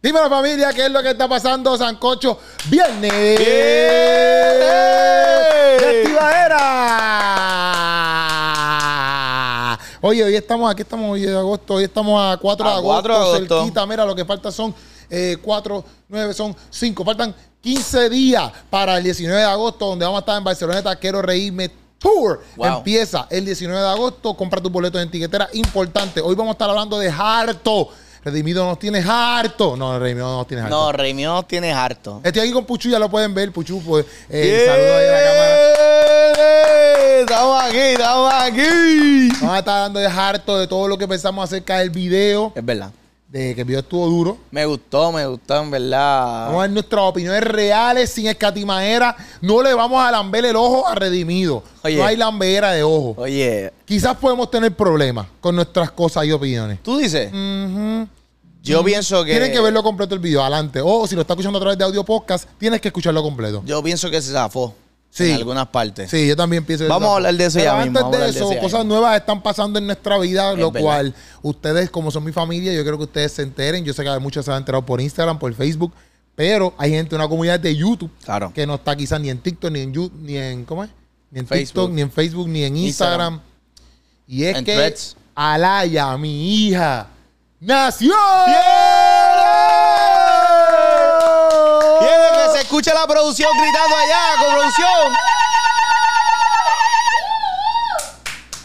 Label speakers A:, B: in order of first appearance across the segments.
A: Dímelo familia, ¿qué es lo que está pasando, Sancocho? Viernes.
B: ¡Viernes!
A: activadera! Oye, hoy estamos, aquí estamos hoy de agosto, hoy estamos a 4 de
B: A
A: agosto,
B: 4 de agosto.
A: cerquita. Mira, lo que falta son 4, 9, son 5. Faltan 15 días para el 19 de agosto, donde vamos a estar en Barcelona, Quiero Reírme Tour.
B: Wow.
A: Empieza el 19 de agosto, compra tus boletos en tiquetera, importante. Hoy vamos a estar hablando de harto. Redimido nos tienes harto. No, Redimido no nos tienes harto.
B: No, Rey mío tienes harto.
A: Estoy aquí con Puchu, ya lo pueden ver. Puchu, pues, eh,
B: ¡Bien!
A: saludo ahí en la cámara.
B: Estamos aquí, estamos aquí.
A: Vamos a estar dando de harto de todo lo que pensamos acerca del video,
B: Es verdad.
A: de que el video estuvo duro.
B: Me gustó, me gustó, en
A: Vamos a
B: verdad.
A: dar nuestras opiniones reales, sin escatimadera. No le vamos a lamber el ojo a Redimido.
B: Oye.
A: No hay lambera de ojo.
B: Oye,
A: Quizás podemos tener problemas con nuestras cosas y opiniones.
B: tú dices,
A: Ujú.
B: yo pienso que.
A: Tienen que verlo completo el video, adelante. O si lo está escuchando a través de audio podcast, tienes que escucharlo completo.
B: Yo pienso que se zafó.
A: Sí.
B: En algunas partes.
A: Sí, yo también pienso. que
B: Vamos
A: eso
B: a hablar de eso
A: Pero
B: ya
A: antes
B: mismo, vamos a
A: de
B: hablar de
A: eso,
B: eso ya
A: cosas nuevas están pasando en nuestra vida,
B: Es
A: lo
B: verdad.
A: cual ustedes, como son mi familia, yo quiero que ustedes se enteren. Yo sé que muchos se han enterado por Instagram, por Facebook, pero hay gente, una comunidad de YouTube
B: Claro.
A: que no está quizás ni en TikTok, ni en YouTube, ni en ¿cómo es? Ni en TikTok,
B: Facebook.
A: ni en Facebook, ni en Instagram.
B: Instagram.
A: Y es
B: En
A: que
B: Threads.
A: Alaya, mi hija, nació.
B: Tiene que se escucha la producción gritando allá, con producción.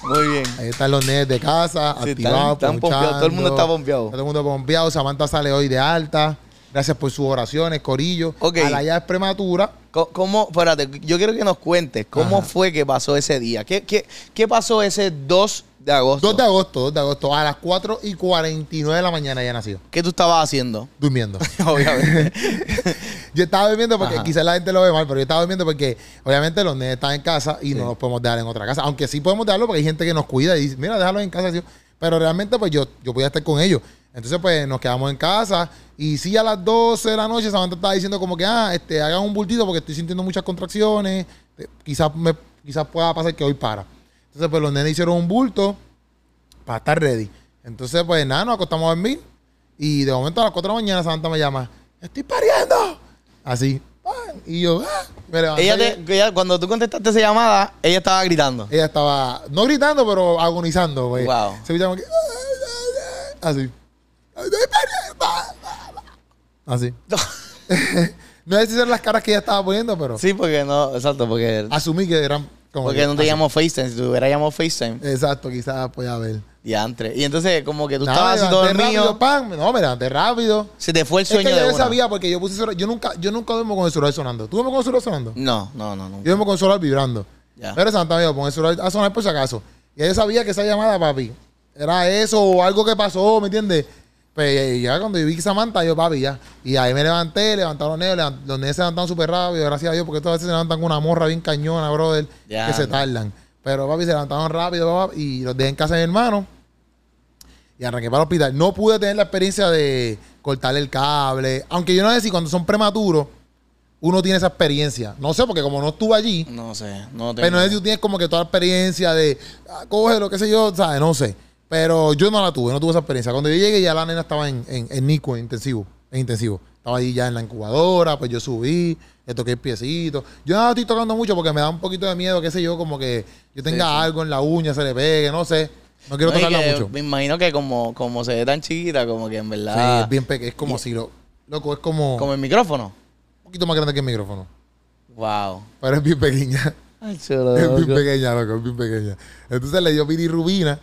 B: Muy bien.
A: Ahí están los nenes de casa,
B: Sí, están-
A: activados,
B: están pompeados, todo el mundo está pompeado.
A: Todo el mundo pompeado. Samantha sale hoy de alta. Gracias por sus oraciones, Corillo.
B: Ok.
A: A la ya es prematura.
B: Co- ¿Cómo, espérate, yo quiero que nos cuentes cómo
A: Ajá.
B: fue que pasó ese día? ¿Qué, qué, qué pasó ese 2 de agosto?
A: 2 de agosto, 2 de agosto. A las 4 y 49 de la mañana ya nació.
B: ¿Qué tú estabas haciendo?
A: Durmiendo.
B: Obviamente.
A: yo estaba durmiendo porque
B: Ajá.
A: quizás la gente lo ve mal, pero yo estaba durmiendo porque obviamente los nenes están en casa y no los podemos dejar en otra casa. Aunque sí podemos dejarlo porque hay gente que nos cuida y dice, mira, déjalos en casa. sí. Pero realmente pues yo, yo podía estar con ellos. Entonces pues nos quedamos en casa y sí a las 12 de la noche Samantha estaba diciendo como que, ah, este, hagan un bultito porque estoy sintiendo muchas contracciones. Eh, Quizás, me, quizás pueda pasar que hoy para. Entonces pues los nenes hicieron un bulto para estar ready. Entonces, pues nada, nos acostamos a dormir. Y de momento a las 4 de la mañana Samantha me llama, estoy pariendo. Así. pan, Y yo, ah, me levanté.
B: ella te- ella- cuando tú contestaste esa llamada, ella estaba gritando.
A: Ella estaba, no gritando, pero agonizando. Pues.
B: Wow.
A: Se escuchaba como que, ah, así. "Estoy pariendo". Así. no sé si eran las caras que ella estaba poniendo, pero
B: sí, porque no, exacto, porque,
A: asumí que eran como...
B: porque
A: que
B: no te
A: así.
B: llamó FaceTime. Si te hubiera llamado FaceTime,
A: Exacto, quizás pues a ver.
B: y antes. Y entonces, como que tú
A: Nada,
B: estabas
A: me
B: así todo
A: levanté rápido,
B: dormido,
A: pan. No, me levanté rápido.
B: se te fue el
A: Es que
B: sueño
A: yo
B: de
A: ya
B: una.
A: sabía porque yo puse el celular- yo nunca, yo nunca duermo con el celular sonando. ¿Tú duermes con el celular sonando?
B: No, no, no, no.
A: Yo duermo con el celular vibrando.
B: Ya.
A: Pero Santa me pon el celular a sonar por si acaso. Y ya yo sabía que esa llamada, papi, era eso o algo que pasó, ¿me entiendes? Pues y ya cuando yo vi que Samantha, yo, papi, ya. Y ahí me levanté, levantaron los nenes, levant- los nenes se levantaron súper rápido, gracias a Dios, porque todas veces se levantan con una morra bien cañona, brother,
B: Ya,
A: que se
B: no.
A: tardan. Pero, papi, se levantaron rápido, papá, y los dejé en casa de mi hermano y arranqué para el hospital. No pude tener la experiencia de cortarle el cable. Aunque yo no sé si cuando son prematuros, uno tiene esa experiencia. No sé, porque como no estuve allí,
B: No sé, no tengo.
A: pero no sé si tú tienes como que toda la experiencia de ah, cógelo, qué sé yo, ¿sabes? No sé. Pero yo no la tuve, no tuve esa experiencia. Cuando yo llegué, ya la nena estaba en, en, en Nico, en intensivo. En intensivo. Estaba ahí ya en la incubadora, pues yo subí, le toqué el piecito. Yo no la estoy tocando mucho porque me da un poquito de miedo, qué sé yo, como que yo tenga algo en la uña, se le pegue, no sé. No quiero
B: No, y
A: tocarla
B: que
A: mucho.
B: Me imagino que como, como se ve tan chiquita, como que en
A: Sí,
B: verdad.
A: es bien pequeño. Es como así, lo- loco, es como,
B: Como el micrófono.
A: un poquito más grande que el micrófono.
B: Wow.
A: Pero es bien pequeña.
B: Ay,
A: Es bien
B: chulo.
A: pequeña, loco, es bien pequeña. Entonces le dio bilirrubina.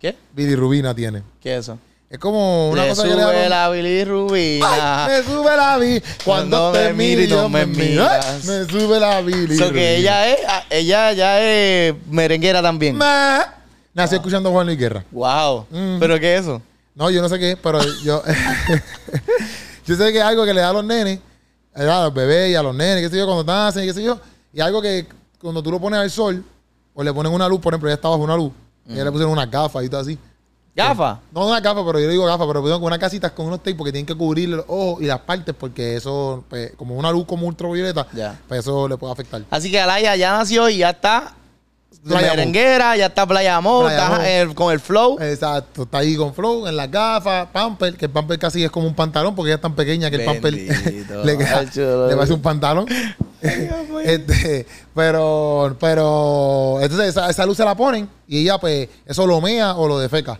B: ¿Qué?
A: Bilirrubina tiene.
B: ¿Qué es eso?
A: Es como una
B: le
A: cosa
B: sube
A: que le da-
B: la bilirrubina.
A: Me sube la bi cuando
B: Cuando
A: te
B: me
A: miro
B: miro
A: y
B: y no
A: yo me
B: me
A: miro.
B: miras.
A: Me sube la bilirrubina.
B: Eso que ella es, ah, ella ya es merenguera también.
A: Ma. Nací escuchando a Juan Luis Guerra.
B: Wow.
A: Mm.
B: ¿Pero qué es eso?
A: No, yo no sé qué, pero yo. yo sé que es algo que le da a los nenes, le da a los bebés y a los nenes, qué sé yo, cuando nacen, qué sé yo. Y algo que cuando tú lo pones al sol, o le ponen una luz, por ejemplo, ella está bajo una luz, y ella le pusieron unas gafas y todo así.
B: Gafa.
A: No una gafa, pero yo le digo gafa, pero pusieron con unas casitas con unos tapes porque tienen que cubrir los ojos y las partes, porque eso, pues, como una luz como ultravioleta,
B: Ya.
A: pues eso le puede afectar.
B: Así que Alaya ya nació y ya está
A: Playa
B: merenguera, ya está Playa Amor,
A: Playa
B: está
A: Amor.
B: el- con el flow.
A: Exacto, está ahí con Flow, en las gafas, Pamper, que el Pamper casi es como un pantalón porque ella es tan pequeña que el Pamper
B: Bendito,
A: le, queda-
B: ay, chulo.
A: le parece un pantalón. Este, pero, pero, entonces esa, esa luz se la ponen y ella, pues, eso lo mea o lo defeca.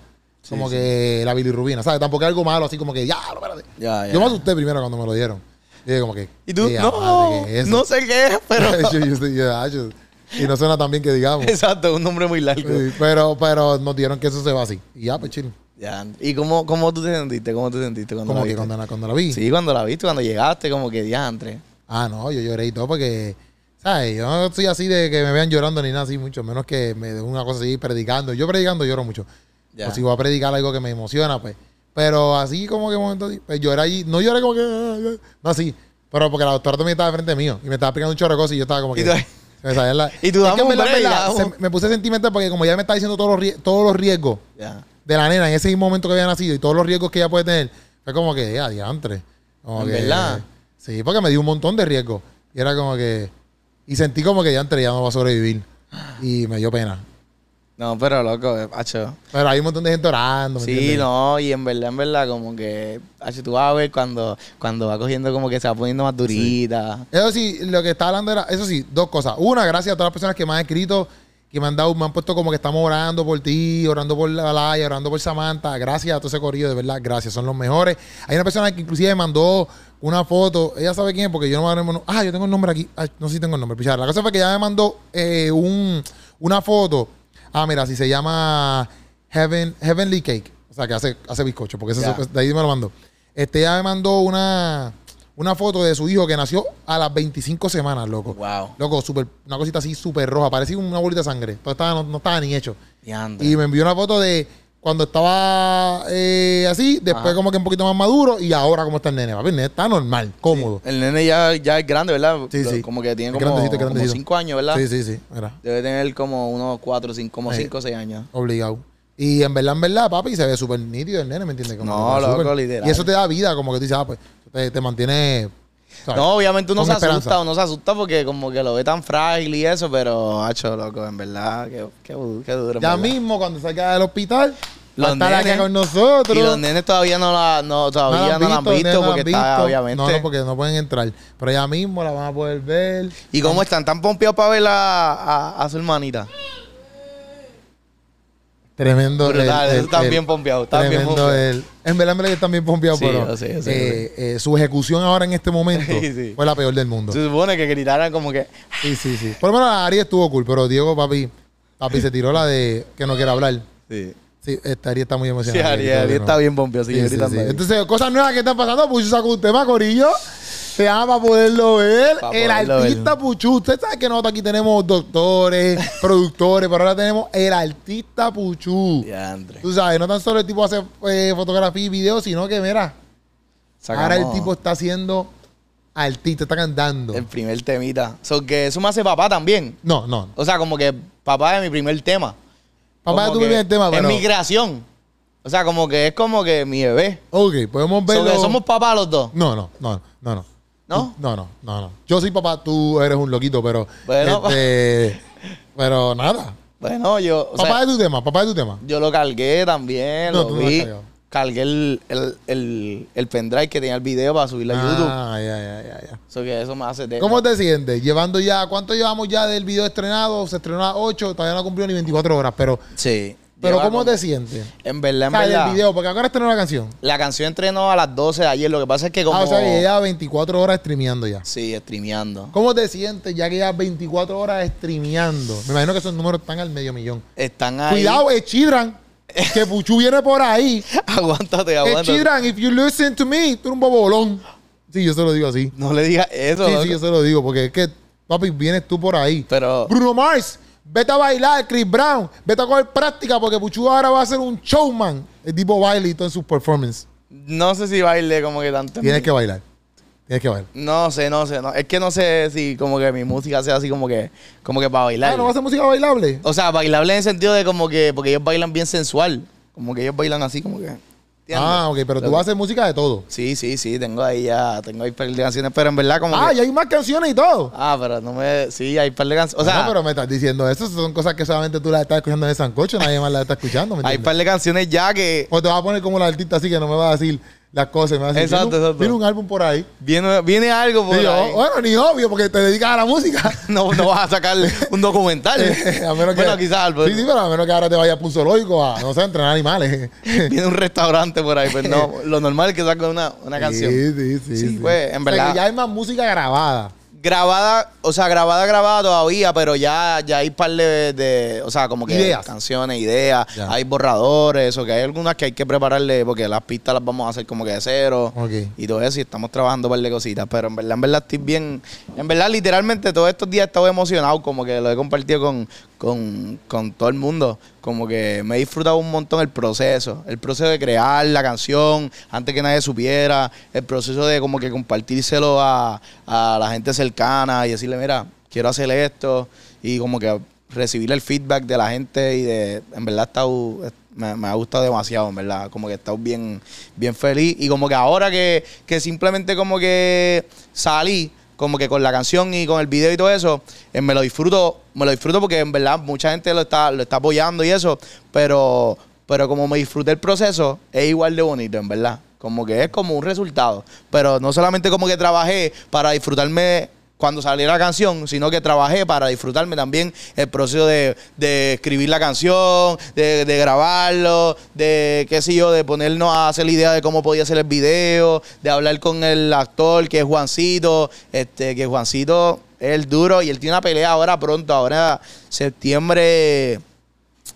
A: Como que la bilirrubina, ¿sabes? Tampoco es algo malo, así como que, ya, no, espérate.
B: Ya, ya.
A: Yo me asusté primero cuando me lo dieron. Y dije, como que.
B: y tú,
A: "Ya,
B: no,
A: madre, ¿qué es eso?"
B: no sé qué es, pero...
A: Yo- yo- yo- yo- y no suena tan bien que digamos.
B: Exacto, un nombre muy largo.
A: Sí, pero, pero nos dieron que eso se va así. Y ya, pues chill.
B: Ya. ¿Y cómo, cómo tú te sentiste? ¿Cómo te sentiste cuando
A: Como
B: la
A: que
B: viste?
A: cuando la, cuando la vi.
B: Sí, cuando la viste, cuando llegaste, como que diantre.
A: Ah, no, yo lloré y todo porque, ¿sabes? Yo no soy así de que me vean llorando ni nada así, mucho menos que me den una cosa así predicando. Yo predicando lloro mucho.
B: Ya.
A: O si voy a predicar algo que me emociona, pues. Pero así como que un momento, así, pues lloré allí. No lloré como que. No así. Pero porque la doctora también estaba frente mío y me estaba explicando un chorro de cosas y yo estaba como
B: Y
A: que.
B: tú ahí.
A: se me salía la-
B: Y tú,
A: Es
B: dame
A: que en
B: un
A: verdad, en
B: break,
A: verdad,
B: dame
A: se-
B: un-
A: me puse sentimental porque como ella me está diciendo todos los, rie- todos los riesgos
B: Ya.
A: de la nena en ese mismo momento que había nacido y todos los riesgos que ella puede tener, fue como que, ya, diantre. Como
B: En
A: que-
B: verdad.
A: Sí, porque me dio un montón de riesgos. Y era como que. Y sentí como que diantre ya no va a sobrevivir. Y me dio pena.
B: No, pero loco, eh, Hacho.
A: Pero hay un montón de gente orando. ¿me
B: Sí,
A: entiendes?
B: no, y en verdad, en verdad, como que, Hacho, tú vas a ver cuando, cuando va cogiendo, como que se va poniendo más durita.
A: Eso sí, lo que estaba hablando era, eso sí, dos cosas. Una, gracias a todas las personas que me han escrito, que me han dado, me han puesto como que estamos orando por ti, orando por la Laia, orando por Samantha. Gracias a todo ese corrido, de verdad, gracias, son los mejores. Hay una persona que inclusive me mandó una foto, ella sabe quién es, porque yo no me acuerdo. Ah, yo tengo el nombre aquí. Ay, no sé si tengo el nombre, pichar. La cosa fue que ella me mandó eh, un, una foto. Ah, mira, si se llama Heaven, Heavenly Cake. O sea, que hace, hace bizcocho, porque eso
B: Ya.
A: es- de ahí me lo mandó. Este, ella me mandó una, una foto de su hijo que nació a las 25 semanas, loco.
B: Wow.
A: Loco, super, una cosita así súper roja. Parecía una bolita de sangre. Pero estaba- no, no estaba ni hecho.
B: Diantre.
A: Y me envió una foto de cuando estaba eh, así, después
B: Ajá.
A: como que un poquito más maduro y ahora como está el nene. Papi, el nene está normal, cómodo.
B: El nene ya, ya es grande, ¿verdad?
A: Sí,
B: Lo-
A: sí.
B: Como que tiene
A: Es
B: como,
A: grandecito, es
B: como
A: grandecito.
B: cinco años, ¿verdad?
A: Sí, sí, sí. Mira,
B: Debe tener como unos cuatro, cinco, como
A: Sí.
B: cinco o seis años.
A: obligado. Y en verdad, en verdad, papi, se ve súper nítido el nene, ¿me entiendes? Como
B: No,
A: que está
B: loco,
A: súper-
B: literal.
A: Y eso te da vida, como que tú dices, ah, pues, te, te mantiene... ¿sabes?
B: No, obviamente uno
A: Con
B: se
A: esperanza.
B: asusta, uno se asusta porque como que lo ve tan frágil y eso, pero, hacho, loco, en verdad, qué, qué, du- qué duro. en
A: Ya
B: verdad.
A: mismo, cuando salga del hospital,
B: Los
A: va a estar acá
B: nenes.
A: con nosotros.
B: Y los nenes todavía no la, no, todavía no la han
A: los
B: visto,
A: nenes no la
B: porque
A: han visto.
B: está, obviamente.
A: No, no, porque no pueden entrar. Pero ya mismo la van a poder ver.
B: ¿Y cómo están? ¿Tan pompeados para ver a, a- a su hermanita?
A: Tremendo.
B: Brutal, eso están bien pompeados, están bien
A: tremendo
B: pompeados.
A: el- En verdad, en verdad que están bien pompeados,
B: Sí,
A: pero
B: yo sé, yo sé,
A: eh, eh, su ejecución ahora en este momento
B: Sí, sí.
A: fue la peor del mundo.
B: Se supone que gritaran como que...
A: Sí, sí, sí. Por lo menos Ari estuvo cool, pero Diego, papi, papi se tiró la de que no quiere hablar.
B: Sí,
A: Sí, esta Ari está muy
B: sí
A: emocionada.
B: Ari,
A: Ahorita,
B: Ari
A: bueno.
B: está bien pompeado,
A: Sí,
B: sigue
A: sí,
B: gritando
A: sí.
B: ahí.
A: Entonces, cosas nuevas que están pasando. Puchu sacó un tema, Corillo. Se llama para poderlo ver.
B: Pa'
A: el
B: poderlo
A: artista Puchu. Usted sabe que nosotros aquí tenemos doctores, productores, pero ahora tenemos el artista Puchu.
B: Diantre.
A: Tú sabes, no tan solo el tipo hace eh, fotografía y video, sino que, mira,
B: Sacamos
A: ahora el tipo está haciendo artista, está cantando.
B: El primer temita. So, que eso me hace papá también.
A: No, no.
B: O sea, como que papá es mi primer tema.
A: Papá,
B: Como
A: tú
B: que
A: vives el tema, pero.
B: Es mi creación. O sea, como que es como que mi bebé.
A: Ok, podemos
B: So,
A: verlo.
B: que somos papás los dos.
A: No, no, no, no, no.
B: ¿No?
A: No, no, no, no. Yo soy papá, tú eres un loquito, pero.
B: Bueno.
A: este, pero nada.
B: Bueno, yo... o sea,
A: papá de tu tema, papá de tu tema.
B: Yo lo cargué también,
A: No,
B: lo
A: tú no lo has
B: vi.
A: cargado.
B: Cargué el, el, el, el pendrive que tenía el video para subirlo a YouTube.
A: Ah, ya, ya, ya, ya.
B: So que eso me hace de-
A: ¿Cómo te sientes? Llevando ya, ¿cuánto llevamos ya del video estrenado? Se estrenó a 8, todavía no cumplió ni 24 horas, pero.
B: Sí.
A: Pero,
B: Lleva
A: ¿cómo
B: como-
A: te sientes?
B: En verdad,
A: O
B: en
A: sea, del
B: verdad.
A: video, porque ahora estrenó la canción.
B: La canción entrenó a las 12 de ayer. Lo que pasa es que como...
A: Ah, o sea, que lleva 24 horas streameando ya.
B: Sí, streameando.
A: ¿Cómo te sientes ya que llevas 24 horas streameando? Me imagino que esos números están al medio millón.
B: Están ahí.
A: Cuidado, es Chidran, que Puchu viene por ahí.
B: aguántate,
A: Es
B: aguántate.
A: Chidran, if you listen to me, tú eres un bobolón. Sí, yo se lo digo así.
B: No le digas eso.
A: Sí,
B: loco.
A: sí, yo se lo digo, porque es que, papi, vienes tú por ahí.
B: Pero...
A: Bruno Mars, vete a bailar, Chris Brown, vete a coger práctica, porque Puchu ahora va a ser un showman. El tipo baile y todo en sus performances.
B: No sé si baile como que tanto.
A: Tienes que bailar. Tienes que bailar. Ah,
B: No sé, no sé. No. Es que no sé si como que mi música sea así como que... Como que para bailar.
A: Ah, ¿no va a hacer música bailable?
B: O sea, bailable en el sentido de como que, porque ellos bailan bien sensual. Como que ellos bailan así, como que. ¿entiendes?
A: Ah, ok, pero tú
B: Lo
A: vas a
B: que-
A: hacer música de todo.
B: Sí, sí, sí, tengo ahí ya, tengo ahí un par de canciones, pero en verdad como
A: Ah,
B: que-
A: y hay más canciones y todo.
B: Ah, pero no me... Sí, hay un par de canciones, o sea,
A: no, pero me estás diciendo eso, son cosas que solamente tú las estás escuchando en el Sancocho, nadie más las está escuchando, ¿me
B: hay un
A: entiendes?
B: par de canciones ya que
A: O te vas a poner como la artista así que no me va a decir las cosas, me va a decir,
B: Exacto,
A: "Viene un-
B: exacto.
A: viene un álbum por ahí.
B: viene, viene algo por
A: Y yo, oh.
B: ahí.
A: bueno, ni obvio, porque te dedicas a la música.
B: No, no vas a sacar un documental.
A: Eh, a menos que,
B: bueno, quizás, pues, pero
A: Sí, sí, pero a menos que ahora te vayas a un zoológico a, no sé, a entrenar animales.
B: viene un restaurante por ahí, pero no, lo normal es que saque una, una canción.
A: Sí, sí, sí.
B: Sí, pues, en
A: O sea, que
B: verdad.
A: ya hay más música grabada.
B: Grabada, o sea, grabada, grabada todavía, pero ya, ya hay par de, de- o sea, como que
A: Ideas.
B: canciones, ideas,
A: Ya.
B: hay borradores, o que hay algunas que hay que prepararle, porque las pistas las vamos a hacer como que de cero.
A: Ok.
B: Y todo eso, y estamos trabajando un par de cositas, pero en verdad, en verdad estoy bien, en verdad, literalmente todos estos días he estado emocionado, como que lo he compartido con, con, con todo el mundo, como que me he disfrutado un montón el proceso, el proceso de crear la canción antes que nadie supiera, el proceso de como que compartírselo a, a la gente cercana y decirle, mira, quiero hacer esto, y como que recibir el feedback de la gente y de, en verdad, he estado- me, me ha gustado demasiado, en verdad. Como que he estado bien, bien feliz. Y como que ahora que, que simplemente como que salí, como que con la canción y con el video y todo eso, eh, me lo disfruto, me lo disfruto porque en verdad mucha gente lo está, lo está apoyando y eso, pero, pero como me disfruté el proceso, es igual de bonito, en verdad. Como que es como un resultado. Pero no solamente como que trabajé para disfrutarme cuando saliera la canción, sino que trabajé para disfrutarme también el proceso de, de escribir la canción, de, de grabarlo, de qué sé yo, de ponernos a hacer la idea de cómo podía ser el video, de hablar con el actor que es Juancito, este, que Juancito es el duro y él tiene una pelea ahora pronto, ahora septiembre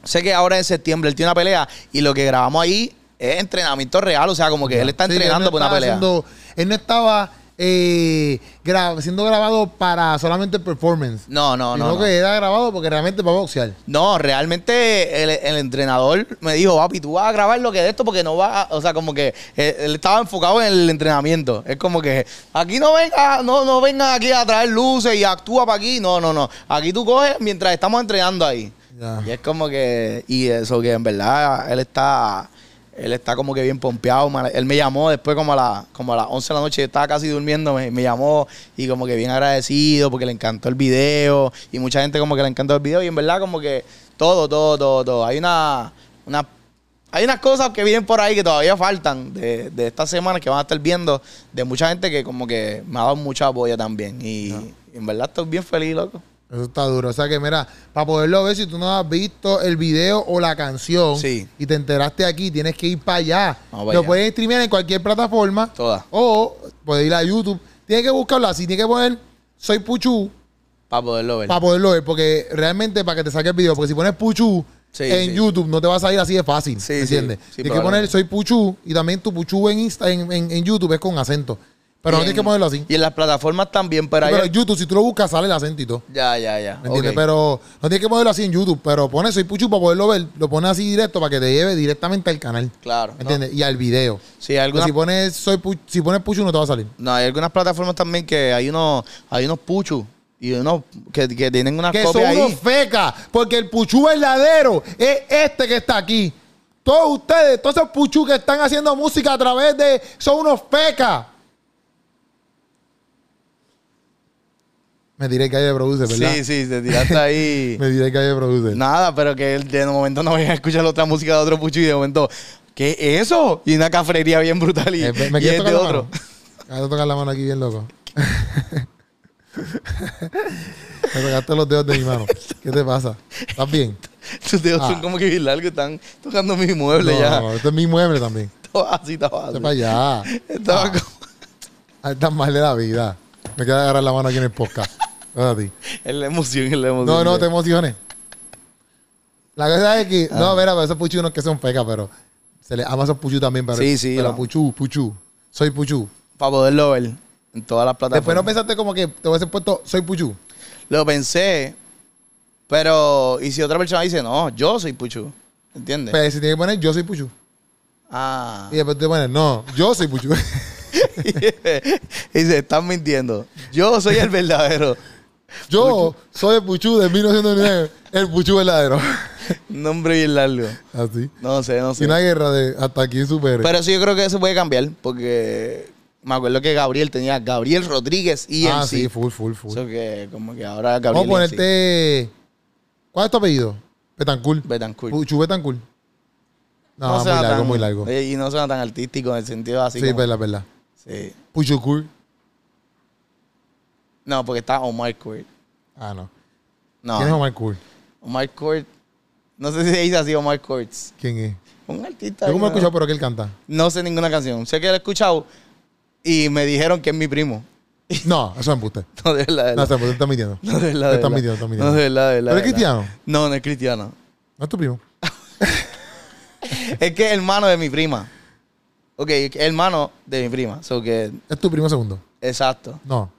B: sé que ahora en septiembre él tiene una pelea y lo que grabamos ahí es entrenamiento real, o sea, como que él está
A: Sí,
B: entrenando
A: no
B: por una
A: estaba
B: pelea.
A: haciendo- él no estaba eh, gra- siendo grabado para solamente el performance.
B: No, no,
A: sino
B: no. no.
A: que era grabado porque realmente va a boxear.
B: No, realmente el, el entrenador me dijo, papi, tú vas a grabar lo que de esto porque no vas a... O sea, como que eh, él estaba enfocado en el entrenamiento. Es como que aquí no venga, no, no vengan aquí a traer luces y actúa para aquí. No, no, no. Aquí tú coges mientras estamos entrenando ahí.
A: Ya.
B: Y es como que... Y eso que en verdad él está... Él está como que bien pompeado. man. Él me llamó después como a, la, como a las 11 de la noche. Yo estaba casi durmiendo. Me, me llamó y como que bien agradecido porque le encantó el video. Y mucha gente como que le encantó el video. Y en verdad como que todo, todo, todo, todo. Hay una... una hay unas cosas que vienen por ahí que todavía faltan de, de estas semanas que van a estar viendo de mucha gente que como que me ha dado mucho apoyo también. Y, y en verdad estoy bien feliz, loco.
A: Eso está duro. O sea que, mira, para poderlo ver, si tú no has visto el video o la canción
B: Sí.
A: y te enteraste aquí, tienes que ir para allá.
B: Vamos pa'
A: Lo
B: allá.
A: puedes streamear en cualquier plataforma.
B: Toda.
A: O puedes ir a YouTube. Tienes que buscarlo así. Tienes que poner Soy Puchu
B: Para poderlo ver.
A: para poderlo ver. Porque realmente para que te saque el video. Porque si pones Puchu
B: Sí,
A: en
B: sí.
A: YouTube no te va a salir así de fácil.
B: Sí,
A: ¿me
B: sí.
A: ¿Entiendes?
B: Sí,
A: tienes que poner
B: probablemente.
A: Soy Puchu y también tu Puchu en, Insta, en, en- en YouTube es con acento. Pero
B: Y
A: no tienes
B: en-
A: que ponerlo así.
B: Y en las plataformas también, pero, ahí-
A: Pero en YouTube, si tú lo buscas, sale el acento y todo.
B: Ya, ya, ya.
A: ¿Me entiendes?
B: ok.
A: Pero no tienes que ponerlo así en YouTube, pero pone Soy Puchu para poderlo ver, lo pones así directo para que te lleve directamente al canal.
B: Claro.
A: ¿Me
B: ¿no?
A: entiendes? Y al video.
B: Sí, hay
A: Porque
B: algunas,
A: Si pones, soy Puchu, si pones Puchu no te va a salir.
B: no, hay algunas plataformas también que hay unos, hay unos puchos y unos que, que tienen unas
A: Que son
B: copias
A: unos
B: ahí.
A: fecas, porque el Puchu verdadero es este que está aquí. Todos ustedes, todos esos Puchu que están haciendo música a través de... Son unos fecas. Me diré que hay produce, ¿verdad?
B: Sí, sí, te tiraste ahí.
A: Me diré que hay produce.
B: Nada, pero que él de momento no voy a escuchar otra música de otro pucho y de momento, ¿qué es eso? Y una cafrería bien brutal y,
A: Eh, me- me
B: y
A: quieres
B: es
A: tocar
B: de
A: la
B: otro.
A: mano? Me quieres tocar la mano aquí bien loco. me tocaste los dedos de mi mano. ¿Qué te pasa? ¿Estás bien?
B: Sus dedos
A: Ah.
B: son como que bien largos, están tocando mis muebles
A: No,
B: ya.
A: no, este es mi mueble también.
B: Estaba así, estaba
A: Este
B: así.
A: para allá.
B: Estaba
A: Ah.
B: como-
A: Ahí Estás mal de la vida. Me queda agarrar la mano aquí en el podcast. Ahora a ti.
B: Es la emoción, es la emoción.
A: No, no, te emociones. La cosa es que,
B: Ah.
A: no, mira, pero esos puchus no es que son fecas, pero se les ama a esos puchus también. Pero,
B: Sí, sí,
A: Pero
B: no.
A: puchu, puchu. Soy puchu.
B: Para poderlo ver en todas las plataformas.
A: Después no pensaste como que te hubiese puesto soy puchu.
B: Lo pensé, pero ¿y si otra persona dice, no, yo soy Puchu? ¿Entiendes?
A: Pero Pues, si tienes que poner yo soy puchu.
B: ah.
A: Y después te pones, no, yo soy Puchu.
B: y se están mintiendo. Yo soy el verdadero.
A: Yo soy el Puchu de 1999, el Puchu verdadero.
B: Un nombre bien largo.
A: Así.
B: No sé, no
A: Y
B: sé.
A: una guerra de hasta aquí supere.
B: Pero eso yo creo que eso puede cambiar, porque me acuerdo que Gabriel tenía Gabriel Rodríguez y
A: ah,
B: MC.
A: sí, full, full, full.
B: Eso que como que ahora
A: Vamos
B: Gabriel
A: a ponerte. ¿Cuál es tu apellido? Betancourt.
B: Betancourt.
A: Chu Betancourt. No, Ah, muy
B: suena
A: largo,
B: tan-
A: muy largo.
B: Oye, Y no suena tan artístico en el sentido así
A: sí,
B: como-
A: verdad, verdad.
B: sí.
A: Puchucur.
B: No, porque está Omar Court.
A: Ah, no.
B: No,
A: ¿Quién es Omar Cool?
B: Omar Court. No sé si se dice así Omar Courts.
A: ¿Quién es?
B: Un artista.
A: Yo como lo he
B: ¿no?
A: escuchado, pero que él canta.
B: No sé ninguna canción. Sé que lo he escuchado y me dijeron que es mi primo.
A: No, eso es embuste.
B: No, de verdad. de
A: No, eso
B: verdad.
A: es embuste, está mintiendo.
B: No, de verdad. de
A: Está
B: verdad.
A: mintiendo, está mintiendo.
B: No, de verdad, de verdad.
A: ¿Pero es
B: de verdad.
A: cristiano?
B: No, no es cristiano.
A: No es tu primo.
B: Es que es hermano de mi prima. Ok, es hermano de mi prima. So que,
A: Es tu primo segundo.
B: exacto.
A: No.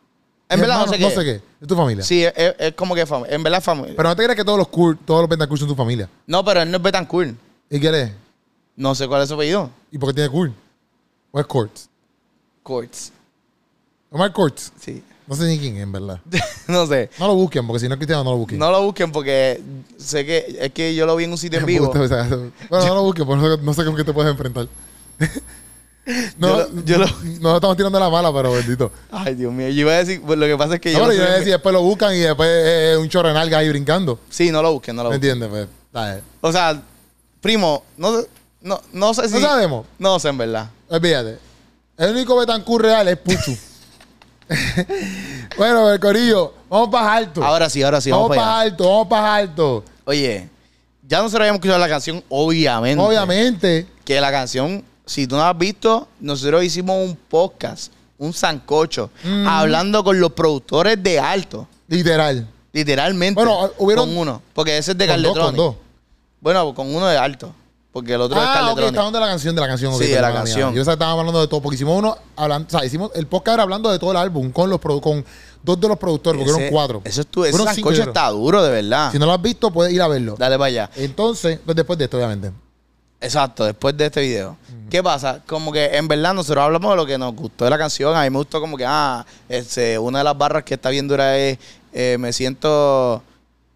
B: En
A: Mi
B: verdad,
A: hermano,
B: no sé qué.
A: No sé qué. Es tu familia.
B: Sí, es, es- es como que fam- en verdad familia.
A: Pero no te creas que todos los cool, todos los Betancourt son tu familia.
B: no, pero él no es Betancourt.
A: ¿Y qué él es?
B: No sé cuál es su apellido.
A: ¿Y por qué tiene cool? ¿O es Courts?
B: Courts.
A: Omar Courts.
B: Sí.
A: No sé ni quién es, en verdad.
B: no sé.
A: No lo busquen, porque si no es cristiano, no lo busquen.
B: No lo busquen porque sé que es que yo lo vi en un sitio en vivo.
A: Embuste, o sea, bueno, no lo busques, porque no sé, no sé con qué te puedes enfrentar. no,
B: Yo lo- yo lo-
A: no estamos tirando la mala, pero bendito.
B: Ay, Dios mío. Yo iba a decir, pues, lo que pasa es que
A: No,
B: yo.
A: pero
B: no
A: yo
B: sé-
A: iba a decir, después lo buscan y después eh, un chorro de nalgas ahí brincando.
B: Sí, no lo busquen, no lo
A: ¿Me
B: busquen.
A: entiendes? Pues, dale.
B: O sea, primo, no, sé- no, no sé si.
A: No sabemos.
B: No sé, en verdad.
A: Olvídate. El único Betancourt real es Puchu. bueno, el corillo, vamos para alto.
B: Ahora sí, ahora sí, vamos,
A: vamos para
B: para allá.
A: alto, vamos para alto.
B: Oye, ya nosotros habíamos escuchado la canción, obviamente.
A: Obviamente.
B: Que la canción, si tú no la has visto, nosotros hicimos un podcast, un sancocho,
A: Mm.
B: hablando con los productores de alto.
A: Literal.
B: Literalmente.
A: Bueno, hubieron-
B: Con uno. Porque ese es de
A: Con dos,
B: Carletronic.
A: con dos.
B: Bueno, con uno de alto. Porque el otro es
A: Ah, ok,
B: Carletronic.
A: estaban de la canción, de la canción. ok,
B: Sí, de la
A: perdóname,
B: canción.
A: mía. Yo pensaba que estábamos hablando de todo, porque hicimos uno, hablando, o sea, hicimos el podcast era hablando de todo el álbum, con los produ- con dos de los productores, porque
B: Ese-
A: fueron cuatro.
B: Eso es tu, ese
A: Fueron cinco,
B: sancocho
A: yo creo.
B: está duro, de verdad.
A: Si no lo has visto, puedes ir a verlo.
B: Dale para allá.
A: Entonces, pues después de esto, obviamente.
B: Exacto, después de este video. ¿Qué pasa? Como que en verdad nosotros hablamos de lo que nos gustó de la canción. A mí me gustó como que, ah, este, una de las barras que está bien dura es, eh, me siento,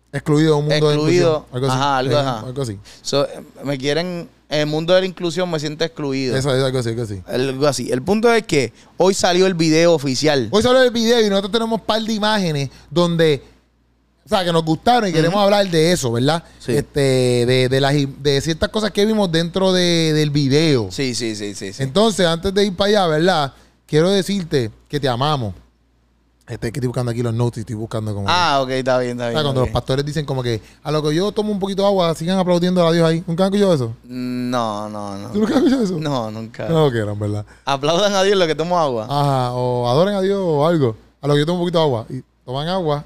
A: Excluido de un mundo
B: Excluido.
A: de inclusión. Algo así.
B: Ajá, algo,
A: Sí,
B: ajá.
A: algo así.
B: so, eh, me quieren, en el mundo de la inclusión me siento excluido.
A: Eso es algo así, algo así.
B: Algo así. El punto es que hoy salió el video oficial.
A: Hoy salió el video y nosotros tenemos un par de imágenes donde, o sea, que nos gustaron y queremos hablar de eso, ¿verdad?
B: Sí.
A: Este, de, de las, im- de ciertas cosas que vimos dentro de- del video.
B: Sí, sí, sí, sí. sí.
A: Entonces, antes de ir para allá, ¿verdad? Quiero decirte que te amamos. Este, que estoy buscando aquí los notes y estoy buscando como...
B: ah, ok, está bien, está
A: O
B: bien.
A: sea, cuando
B: ok.
A: los pastores dicen como que a lo que yo tomo un poquito de agua, sigan aplaudiendo a Dios ahí. ¿Nunca han escuchado eso?
B: No, no,
A: ¿Tú
B: no.
A: nunca has escuchado eso?
B: No, nunca.
A: No Ah. lo quieran, ¿verdad?
B: Aplaudan a Dios lo que tomo agua.
A: Ajá, o adoren a Dios o algo. A lo que yo tomo un poquito de agua. Y toman agua.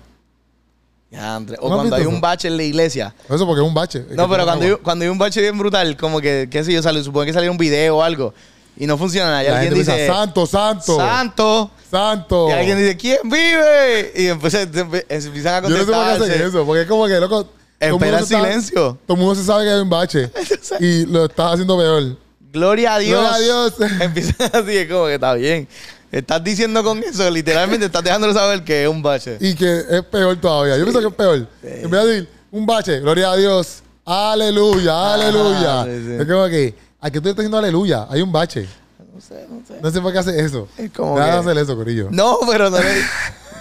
B: Ya, Andrés.
A: ¿No
B: O
A: has
B: cuando
A: visto
B: hay
A: eso?
B: un bache en la iglesia.
A: Eso porque es un bache. es que
B: No, pero
A: toman
B: cuando
A: agua.
B: hay, cuando hay un bache bien brutal, como que, qué sé yo, sale, supone que salió un video o algo y no funciona. Y
A: La gente
B: alguien dice,
A: piensa, santo, santo, Oh.
B: santo.
A: santo.
B: Y alguien dice, ¿quién vive? Y entonces se empe- se empiezan a
A: yo no sé por qué
B: contestar.
A: hacen eso, porque es como que, loco... todo el mundo
B: Espera en
A: se está-
B: silencio.
A: Todo el mundo se sabe que hay un bache. y lo estás haciendo peor.
B: Gloria a Dios.
A: Gloria a Dios.
B: Empiezan así, es como que está bien. Estás diciendo con eso, literalmente estás dejándolo saber que es un bache.
A: Y que es peor todavía. Yo pienso que es peor. En vez de decir un bache, gloria a Dios, aleluya, aleluya.
B: sí, sí.
A: Es como que, ¿a qué tú le estás diciendo aleluya? Hay un bache.
B: No sé, no sé.
A: No sé por qué hace eso.
B: Es como
A: Nada de
B: que-
A: hacer eso, Corillo.
B: No, pero no, le-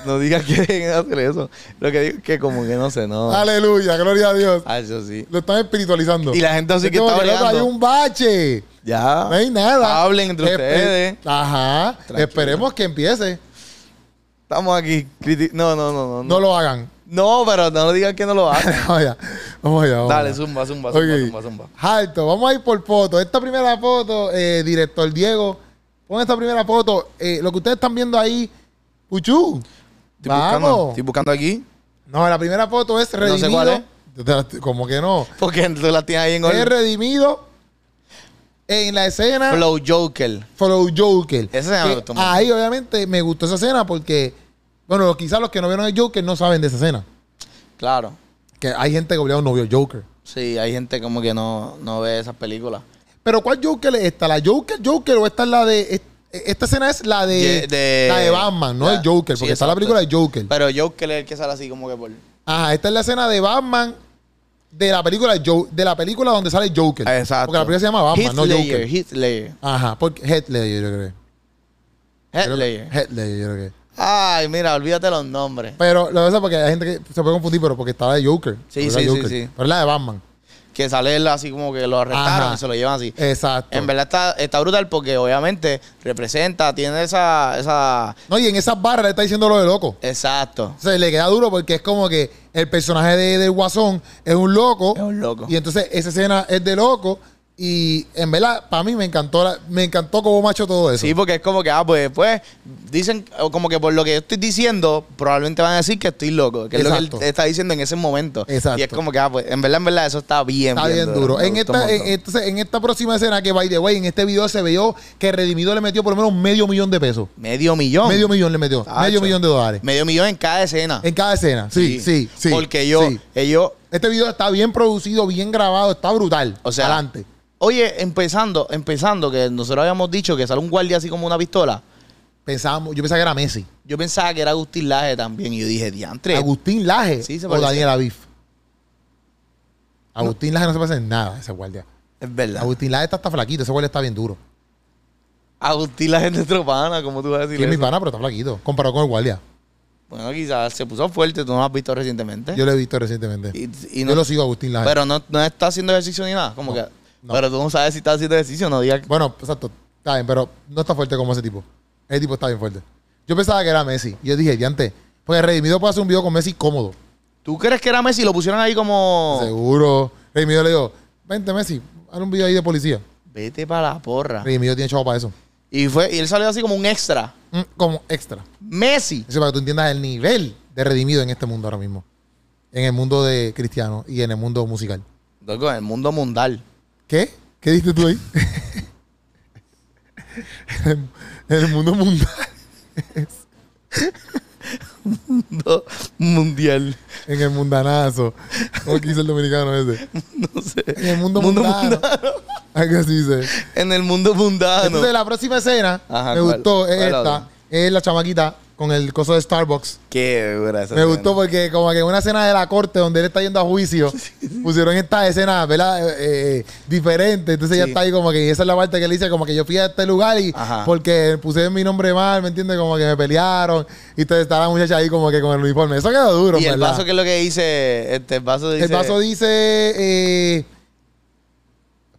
B: no digas que deben hacer eso. Lo que digo es que como que no sé, no.
A: Aleluya, gloria a Dios.
B: Ah, eso sí.
A: Ah, Lo están espiritualizando.
B: Y la gente así
A: Es
B: que
A: como
B: está
A: loco,
B: bregando.
A: Hay un bache.
B: Ya.
A: No hay nada.
B: Hablen entre
A: Espe-
B: ustedes.
A: Ajá.
B: Tranquilo.
A: Esperemos que empiece.
B: Estamos aquí. criti- No, no, no, no,
A: No
B: no.
A: lo hagan.
B: No, pero no digan que no lo hacen.
A: vamos allá. Vamos allá. vamos
B: Dale,
A: allá.
B: zumba, zumba, zumba,
A: Ok.
B: zumba, zumba.
A: Alto, vamos a ir por foto. Esta primera foto, eh, director Diego, pon esta primera foto. Eh, lo que ustedes están viendo ahí, Puchu.
B: Estoy buscando,
A: Vamos.
B: estoy buscando aquí.
A: No, la primera foto es
B: No
A: redimido.
B: sé cuál es.
A: Yo te la estoy- Como que no.
B: Porque tú la tienes ahí en
A: Es
B: el
A: redimido en la escena Flow,
B: Flow Joker.
A: Joker.
B: Esa escena me
A: Que
B: gustó mucho.
A: ahí, obviamente, me gustó esa escena porque, bueno, quizás los que no vieron el Joker no saben de esa escena.
B: Claro.
A: Que hay gente que obligado no vio el Joker.
B: Sí, hay gente como que no, no ve esas películas.
A: Pero ¿cuál Joker es esta? ¿La Joker Joker o esta es la de es- esta escena es la de,
B: Ye- de-
A: la de Batman, no
B: la-
A: el Joker,
B: sí,
A: porque está la
B: exacto.
A: película de Joker.
B: Pero Joker es el que sale así como que por...
A: Ajá, esta es la escena de Batman de la película de Joe- de la película donde sale Joker.
B: Ah, Exacto.
A: Porque la película se llama Batman,
B: Heath
A: no
B: Ledger,
A: Joker.
B: Heath Ledger.
A: Ajá, porque Head Ledger, yo creo.
B: Heath
A: Creo-
B: Ledger.
A: Heath Ledger, yo creo que.
B: Ay, mira, olvídate los nombres.
A: Pero lo de eso porque hay gente que se puede confundir, pero porque estaba de Joker.
B: Sí,
A: Porque era
B: sí, sí,
A: Joker.
B: sí.
A: Pero es la de Batman.
B: Que sale él así como que lo arrestaron
A: Ajá. Eh,
B: y se lo llevan así.
A: Exacto.
B: En verdad está, está brutal porque obviamente representa, tiene esa, esa...
A: No, y en esas barras le está diciendo lo de loco.
B: Exacto.
A: O sea, le queda duro porque es como que el personaje de, del Guasón es un loco.
B: Es un loco.
A: Y entonces esa escena es de loco. Y en verdad, para mí me encantó, la- me encantó cómo macho todo eso.
B: Sí, porque es como que, ah, pues, pues, dicen, o como que por lo que yo estoy diciendo, probablemente van a decir que estoy loco, que es lo
A: Exacto.
B: que él está diciendo en ese momento.
A: Exacto.
B: Y es como que, ah, pues, en verdad, en verdad, eso está bien.
A: Está bien duro.
B: Me
A: En
B: gustó un
A: esta, en,
B: montón.
A: entonces, en esta próxima escena que, by the way, en este video se vio que Redimido le metió por lo menos medio millón de pesos.
B: medio millón.
A: Medio millón le metió.
B: Tacho.
A: Medio millón de dólares.
B: Medio millón en cada escena.
A: En cada escena. Sí, sí, sí.
B: Porque yo,
A: sí.
B: ellos,
A: Este video está bien producido, bien grabado, está brutal.
B: O sea,
A: adelante.
B: oye, empezando, empezando, que nosotros habíamos dicho que sale un guardia así como una pistola.
A: Pensábamos, yo pensaba que era Messi.
B: Yo pensaba que era Agustín Laje también. Y yo dije, diantre.
A: Agustín Laje
B: Sí, se
A: o
B: parecía.
A: Daniel Aviv. Agustín Laje no se parece en nada a ese guardia.
B: Es verdad.
A: Agustín Laje está hasta flaquito, ese guardia está bien duro.
B: Agustín Laje es nuestro pana, como tú vas a
A: Sí,
B: decir.
A: es mi
B: eso?
A: pana, pero está flaquito, comparado con el guardia.
B: Bueno, quizás se puso fuerte, tú no lo has visto recientemente.
A: Yo lo he visto recientemente.
B: ¿Eh? Y- y
A: Yo
B: no-
A: lo sigo a Agustín Laje.
B: Pero no, no está haciendo ejercicio ni nada. Como
A: No,
B: que.
A: no.
B: Pero tú no sabes si está haciendo ejercicio no. Diga,
A: Bueno, exacto, está bien, pero no está fuerte como ese tipo. Ese tipo está bien fuerte. Yo pensaba que era Messi. Yo dije, diante, porque Redimido puede hacer un video con Messi cómodo.
B: ¿Tú crees que era Messi? Lo pusieron ahí como.
A: Seguro. Redimido le dijo, vente Messi, haz un video ahí de policía.
B: Vete para la porra.
A: Redimido tiene chavo para eso.
B: Y, fue, y él salió así como un extra.
A: Mm, Como extra.
B: Messi.
A: Eso para que tú entiendas el nivel de redimido en este mundo ahora mismo. En el mundo de cristiano y en el mundo musical.
B: Loco, en el mundo mundial.
A: ¿Qué? ¿Qué diste tú ahí? en el mundo mundial.
B: Mundo mundial.
A: En el mundanazo. ¿Cómo que dice el dominicano ese?
B: No sé.
A: En el mundo, mundano. Algo así dice.
B: En el mundo mundano.
A: Entonces, Este la próxima escena
B: Ah, Ajá,
A: me
B: ¿cuál?
A: gustó. Es
B: ¿Cuál
A: esta.
B: otra?
A: Es la chamaquita con el coso de Starbucks.
B: Qué dura esa
A: Me
B: escena.
A: gustó porque como que en una escena de la corte donde él está yendo a juicio, pusieron esta escena, ¿verdad? Eh, eh, diferente. Entonces ya
B: Sí.
A: está ahí como que esa es la parte que él dice, como que yo fui a este lugar y
B: Ajá.
A: porque puse mi nombre mal, ¿me entiendes? Como que me pelearon. Y entonces está la muchacha ahí como que con el uniforme. Eso quedó duro,
B: Y el
A: ¿verdad?
B: vaso, que es lo que dice? Este, el vaso dice.
A: el vaso dice eh,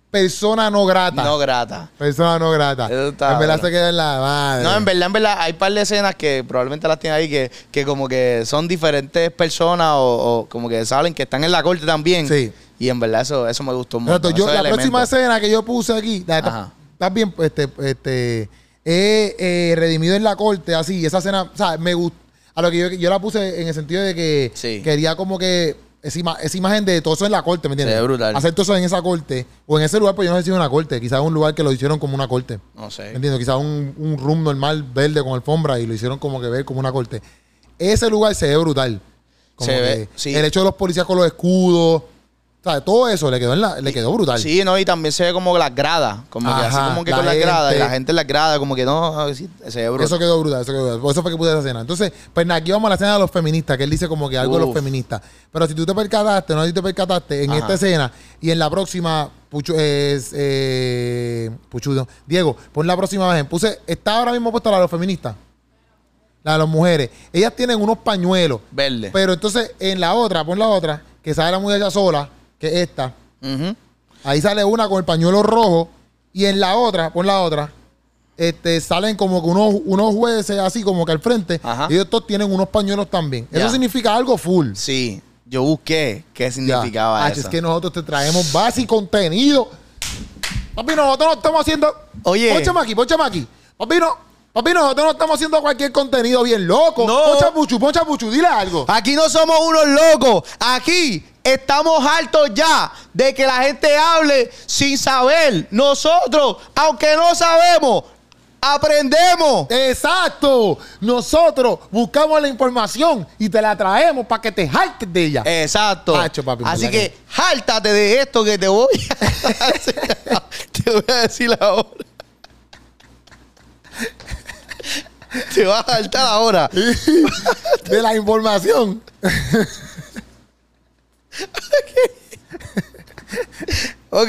A: persona no grata.
B: No grata.
A: persona no grata.
B: Eso está
A: en verdad
B: bueno.
A: se queda en la madre.
B: No, en verdad, en verdad, hay par de escenas que probablemente las tienen ahí que, que como que son diferentes personas o, o como que salen que están en la corte también.
A: Sí.
B: Y en verdad eso, eso me gustó mucho.
A: Exacto, yo- la próxima escena que yo puse aquí, la-
B: Ajá.
A: estás bien, este, este, eh, eh, redimido en la corte, así, esa escena, o sea, me gustó, a lo que yo, yo la puse en el sentido de que
B: Sí.
A: quería como que esa, ima- esa imagen de todo eso en la corte, ¿me entiendes?
B: Se ve brutal.
A: Hacer todo eso en esa corte, o en ese lugar, pues yo no sé si es una corte, quizás un lugar que lo hicieron como una corte.
B: No sé.
A: ¿Me entiendes? Quizás un, un room normal verde con alfombra y lo hicieron como que ver como una corte. Ese lugar se ve brutal. Como
B: Se
A: que
B: ve, sí.
A: El hecho de los policías con los escudos. O sea, todo eso le quedó, en la- le quedó brutal.
B: Sí, no, y también se ve como las gradas, como que así
A: Ajá,
B: como que
A: la
B: con las gradas, y
A: gente.
B: la gente en las gradas, como que no, ay, sí, se ve brutal.
A: Eso quedó brutal, eso quedó brutal. Por eso fue que puse esa escena. Entonces, pues nada, aquí vamos a la escena de los feministas, que él dice como que algo de los
B: Uf.
A: feministas. Pero si tú te percataste, no sé si te percataste, en
B: Ajá.
A: esta escena y en la próxima, Puchu, es, eh, Puchu, no. Diego, pon la próxima imagen. Puse, está ahora mismo puesta la de los feministas, la de las mujeres. Ellas tienen unos pañuelos,
B: Verde.
A: pero entonces en la otra, pon la otra, que sale la muchacha sola, que es esta.
B: Ujú.
A: Ahí sale una con el pañuelo rojo y en la otra, pon la otra, este, salen como que unos, unos jueces así como que al frente.
B: Ajá.
A: Y ellos todos tienen unos pañuelos también.
B: Ya.
A: Eso significa algo full.
B: Sí, yo busqué qué
A: Ya.
B: significaba
A: Ah,
B: eso.
A: Es que nosotros te traemos base y contenido. Papi, nosotros no estamos haciendo...
B: Oye.
A: Ponchame aquí, ponchame aquí. Papi, no... Papi, nosotros no estamos haciendo cualquier contenido bien loco.
B: No.
A: Poncha puchu, poncha puchu, dile algo.
B: Aquí no somos unos locos. Aquí estamos hartos ya de que la gente hable sin saber. Nosotros, aunque no sabemos, aprendemos.
A: Exacto. Nosotros buscamos la información y te la traemos para que te jaltes de ella.
B: Exacto.
A: Pacho, papi,
B: Así
A: ¿verdad
B: que háltate de esto que te voy a te voy a decir ahora. Te vas a saltar ahora.
A: de la información.
B: Ok,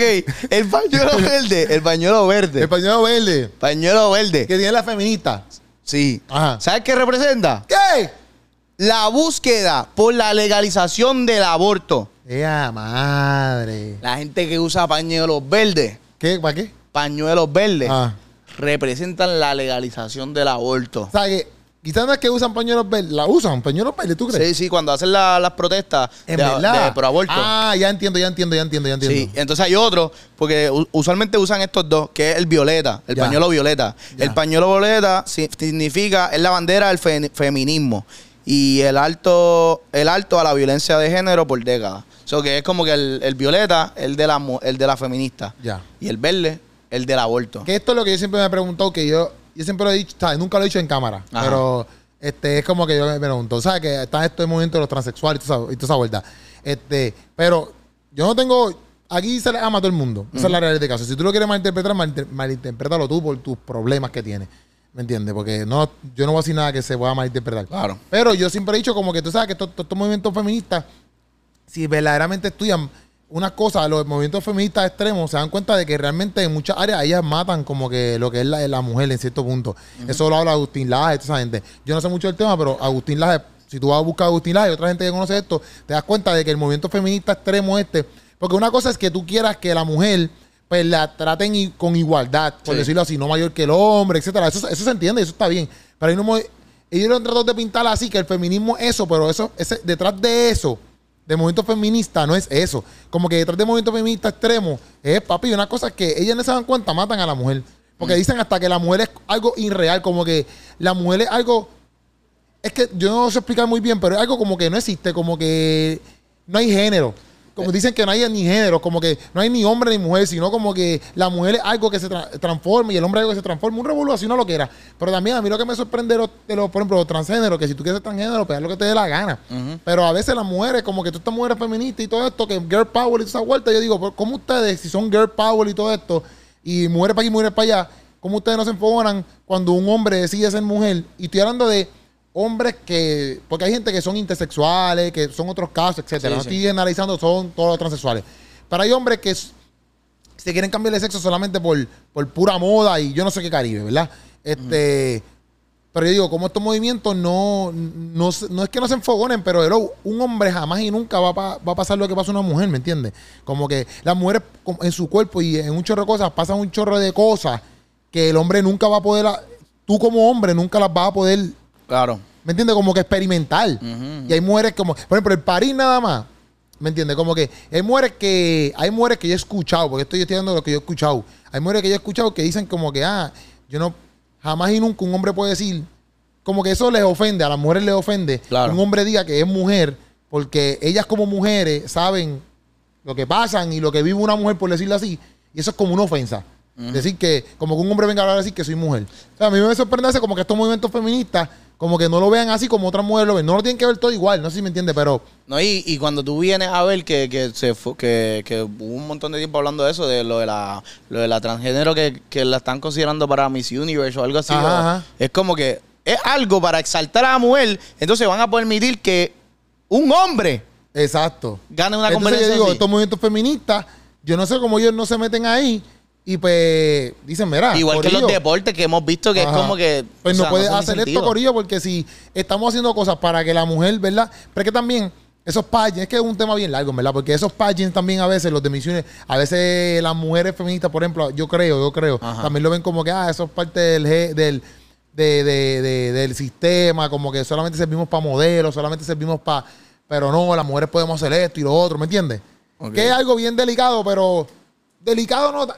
B: el pañuelo verde. El pañuelo verde.
A: El pañuelo verde.
B: Pañuelo verde.
A: Que tiene la feminista.
B: Sí.
A: Ajá.
B: ¿Sabes qué representa?
A: ¿Qué?
B: La búsqueda por la legalización del aborto.
A: ¡Ea madre!
B: La gente que usa pañuelos verdes,
A: ¿Qué? ¿Para qué?
B: pañuelos verdes,
A: Ah.
B: representan la legalización del aborto.
A: O sea, que quizás no es que usan pañuelos verdes. La usan, pañuelos verdes, ¿tú crees?
B: Sí, sí, cuando hacen la- las protestas
A: En
B: de,
A: verdad.
B: de proaborto.
A: Ah, ya entiendo, ya entiendo, ya entiendo, ya entiendo.
B: Sí, entonces hay otro, porque u- usualmente usan estos dos, que es el violeta, el
A: Ya.
B: pañuelo violeta.
A: Ya.
B: El pañuelo violeta si- significa, es la bandera del fe- feminismo y el alto, el alto a la violencia de género por décadas. So que es como que el, el violeta, el de la mu- el de la feminista.
A: Ya.
B: Y el verde, el del aborto.
A: Que esto es lo que yo siempre me he preguntado, que yo, yo siempre lo he dicho, ¿sabes? nunca lo he dicho en cámara,
B: Ajá.
A: pero este, es como que yo me pregunto, ¿sabes? Que está esto el movimiento de los transexuales y toda esa, y toda esa vuelta. Este, pero yo no tengo, aquí se le ama a todo el mundo, esa es la realidad de caso. Si tú lo quieres malinterpretar, malinter- malinterprétalo tú por tus problemas que tienes. ¿Me entiendes? Porque no, yo no voy a decir nada que se pueda malinterpretar.
B: Claro.
A: Pero yo siempre he dicho como que tú sabes que estos, estos movimientos feministas, si verdaderamente estudian unas cosas, los movimientos feministas extremos, se dan cuenta de que realmente en muchas áreas ellas matan como que lo que es la, la mujer en cierto punto. Eso lo habla Agustín Laje, toda esa gente. Yo no sé mucho del tema, pero Agustín Laje, si tú vas a buscar a Agustín Laje y otra gente que conoce esto, te das cuenta de que el movimiento feminista extremo este, porque una cosa es que tú quieras que la mujer pues la traten i- con igualdad, por
B: Sí.
A: decirlo así, no mayor que el hombre, etcétera. Eso, eso se entiende, eso está bien. Pero hay un mo- ellos lo han tratado de pintar así, que el feminismo es eso, pero eso, ese, detrás de eso, de movimiento feminista, no es eso. Como que detrás de movimiento feminista extremo, es papi, una cosa que ellas no se dan cuenta, matan a la mujer. Porque dicen hasta que la mujer es algo irreal, como que la mujer es algo es que yo no sé explicar muy bien, pero es algo como que no existe, como que no hay género. Como dicen que no hay ni género, como que no hay ni hombre ni mujer, sino como que la mujer es algo que se tra- transforma y el hombre es algo que se transforma. Un revolú así no lo que era. Pero también a mí lo que me sorprende de los, de los, por ejemplo, los transgéneros, que si tú quieres ser transgénero, pues haz lo que te dé la gana. Pero a veces las mujeres, como que tú estas mujeres feministas y todo esto, que girl power y toda esa vuelta, yo digo, pero ¿cómo ustedes, si son girl power y todo esto, y mujeres para aquí, mujeres para allá, cómo ustedes no se enfocan cuando un hombre decide ser mujer? Y estoy hablando de hombres que, porque hay gente que son intersexuales, que son otros casos, etcétera.
B: Sí,
A: no
B: sí.
A: estoy analizando, son todos los transexuales. Pero hay hombres que s- se quieren cambiar de sexo solamente por, por pura moda y yo no sé qué Caribe, ¿verdad? Este, pero yo digo, como estos movimientos no, no, se- no es que no se enfogonen, pero hello, un hombre jamás y nunca va, pa- va a pasar lo que pasa a una mujer, ¿me entiendes? Como que las mujeres com- en su cuerpo y en un chorro de cosas pasan un chorro de cosas que el hombre nunca va a poder, a- tú como hombre nunca las vas a poder
B: Claro.
A: ¿Me entiendes? Como que experimentar. Y hay mujeres como, por ejemplo, el parir nada más. ¿Me entiendes? Como que hay mujeres que, hay mujeres que yo he escuchado, porque estoy estudiando lo que yo he escuchado. Hay mujeres que yo he escuchado que dicen como que, ah, yo no, jamás y nunca un hombre puede decir, como que eso les ofende, a las mujeres les ofende.
B: Claro.
A: que Un hombre diga que es mujer, porque ellas como mujeres saben lo que pasan y lo que vive una mujer, por decirlo así. Y eso es como una ofensa. Decir que, como que un hombre venga a hablar así que soy mujer. O sea, a mí me sorprende hace como que estos movimientos feministas, como que no lo vean así como otras mujeres lo ven. No lo tienen que ver todo igual, no sé si me entiende, pero
B: No, y, y cuando tú vienes a ver que, que se fu- que, que hubo un montón de tiempo hablando de eso, de lo de la, lo de la transgénero que, que la están considerando para Miss Universe o algo así.
A: Ajá,
B: o-
A: ajá.
B: Es como que es algo para exaltar a la mujer, entonces van a permitir que un hombre
A: exacto.
B: gane una
A: Entonces yo
B: competencia.
A: digo,
B: así.
A: estos movimientos feministas, yo no sé cómo ellos no se meten ahí y pues dicen, mira.
B: Igual que los
A: corillo,
B: deportes que hemos visto que es
A: Ajá.
B: como que.
A: Pues
B: o
A: no
B: sea,
A: puedes
B: tiene
A: hacer esto,
B: sentido.
A: Corillo, porque si estamos haciendo cosas para que la mujer, ¿verdad? Pero es que también esos pageants, es que es un tema bien largo, ¿verdad? Porque esos pageants también a veces, los de misiones, a veces las mujeres feministas, por ejemplo, yo creo, yo creo,
B: Ajá.
A: también lo ven como que, ah, eso es parte del... ge- del de- de- de- del sistema, como que solamente servimos para modelos, solamente servimos para... Pero no, las mujeres podemos hacer esto y lo otro, ¿me entiendes?
B: Ok.
A: Que es algo bien delicado, pero delicado no... ta-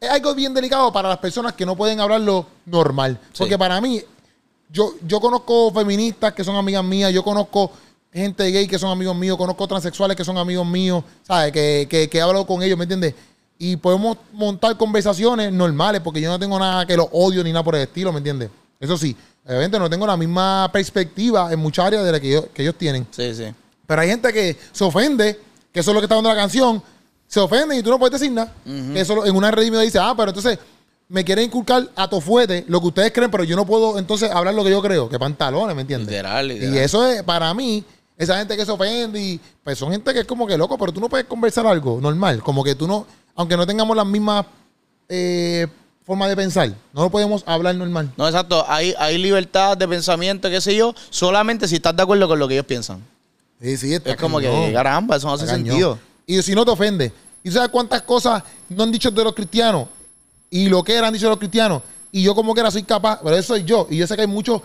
A: Es algo bien delicado para las personas que no pueden hablarlo normal.
B: Sí.
A: Porque para mí, yo, yo conozco feministas que son amigas mías, yo conozco gente gay que son amigos míos, conozco transexuales que son amigos míos, ¿sabes? Que, que, que he hablado con ellos, ¿me entiendes? Y podemos montar conversaciones normales, porque yo no tengo nada que los odio ni nada por el estilo, ¿me entiendes? Eso sí, obviamente no tengo la misma perspectiva en muchas áreas de la que, yo- que ellos tienen.
B: Sí, sí.
A: Pero hay gente que se ofende, que eso es lo que está dando la canción, se ofende y tú no puedes decir nada. Que eso lo- en una red me dice, ah, pero entonces me quieren inculcar a tu fuerte lo que ustedes creen, pero yo no puedo entonces hablar lo que yo creo, que pantalones, ¿me entiendes?
B: Literal, literal.
A: Y eso es, para mí, esa gente que se ofende y pues son gente que es como que loco, pero tú no puedes conversar algo normal, como que tú no, aunque no tengamos las mismas eh, formas de pensar, no lo podemos hablar normal.
B: No, exacto. Hay, hay libertad de pensamiento, qué sé yo, solamente si estás de acuerdo con lo que ellos piensan.
A: Sí, sí, está
B: Es como
A: cañón.
B: que, caramba, eso no hace
A: Está cañón.
B: sentido.
A: Y si no te ofende. ¿Y tú sabes cuántas cosas no han dicho de los cristianos? Y lo que eran dicho los cristianos. Y yo como que era soy capaz, pero eso soy yo. Y yo sé que hay muchos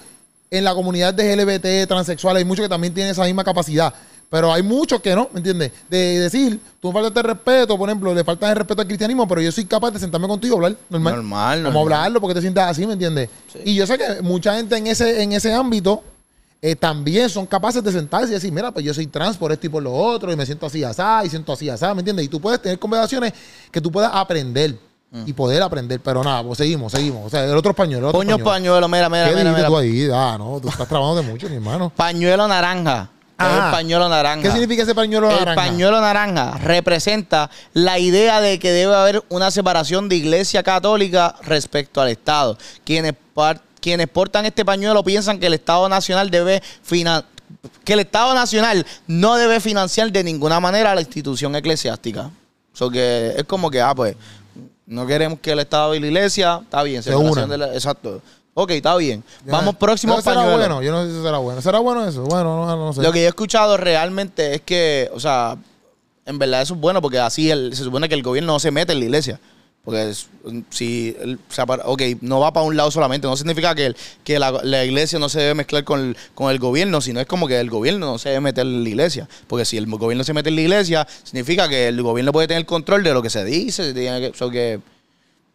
A: en la comunidad de LGBT, transexuales, hay muchos que también tienen esa misma capacidad. Pero hay muchos que no, ¿me entiendes? De decir, tú faltas de respeto, por ejemplo, le faltas el respeto al cristianismo, pero yo soy capaz de sentarme contigo y hablar normal.
B: Normal,
A: Como
B: normal.
A: hablarlo, porque te sientas así, ¿me entiendes? Y yo sé que mucha gente en ese, en ese ámbito eh, también son capaces de sentarse y decir, mira, pues yo soy trans por esto y por lo otro, y me siento así asá, y siento así asá, ¿me entiendes? Y tú puedes tener conversaciones que tú puedas aprender
B: Mm.
A: y poder aprender, pero nada, pues seguimos, seguimos. O sea, el otro español, el otro
B: Coño
A: español.
B: pañuelo, mira, mira,
A: ¿Qué
B: mira,
A: dijiste
B: mira.
A: tú ahí? Ah, no, tú estás trabajando de mucho, mi hermano.
B: Pañuelo naranja. Es
A: Ajá.
B: el pañuelo naranja.
A: ¿Qué significa ese pañuelo
B: El
A: naranja?
B: pañuelo naranja representa la idea de que debe haber una separación de iglesia católica respecto al Estado. Quienes, par- quienes portan este pañuelo piensan que el Estado Nacional debe finan- que el Estado Nacional no debe financiar de ninguna manera la institución eclesiástica. O sea, que es como que, ah, pues, no queremos que el Estado y la iglesia, está bien,
A: Se
B: separación
A: unan.
B: de la- exacto. Ok, está bien.
A: Yo
B: Vamos
A: no-
B: próximo
A: ¿Eso será
B: pañuelo.
A: bueno? Yo no sé si será bueno. ¿Será bueno eso? Bueno, no, no sé.
B: Lo que yo he escuchado realmente es que, o sea, en verdad eso es bueno porque así el- se supone que el gobierno no se mete en la iglesia. Porque es- si, el- o sea, para- ok, no va para un lado solamente, no significa que, el- que la, la iglesia no se debe mezclar con el, con el gobierno, sino es como que el gobierno no se debe meter en la iglesia. Porque si el gobierno se mete en la iglesia, significa que el gobierno puede tener control de lo que se dice, tiene que, o sea, que,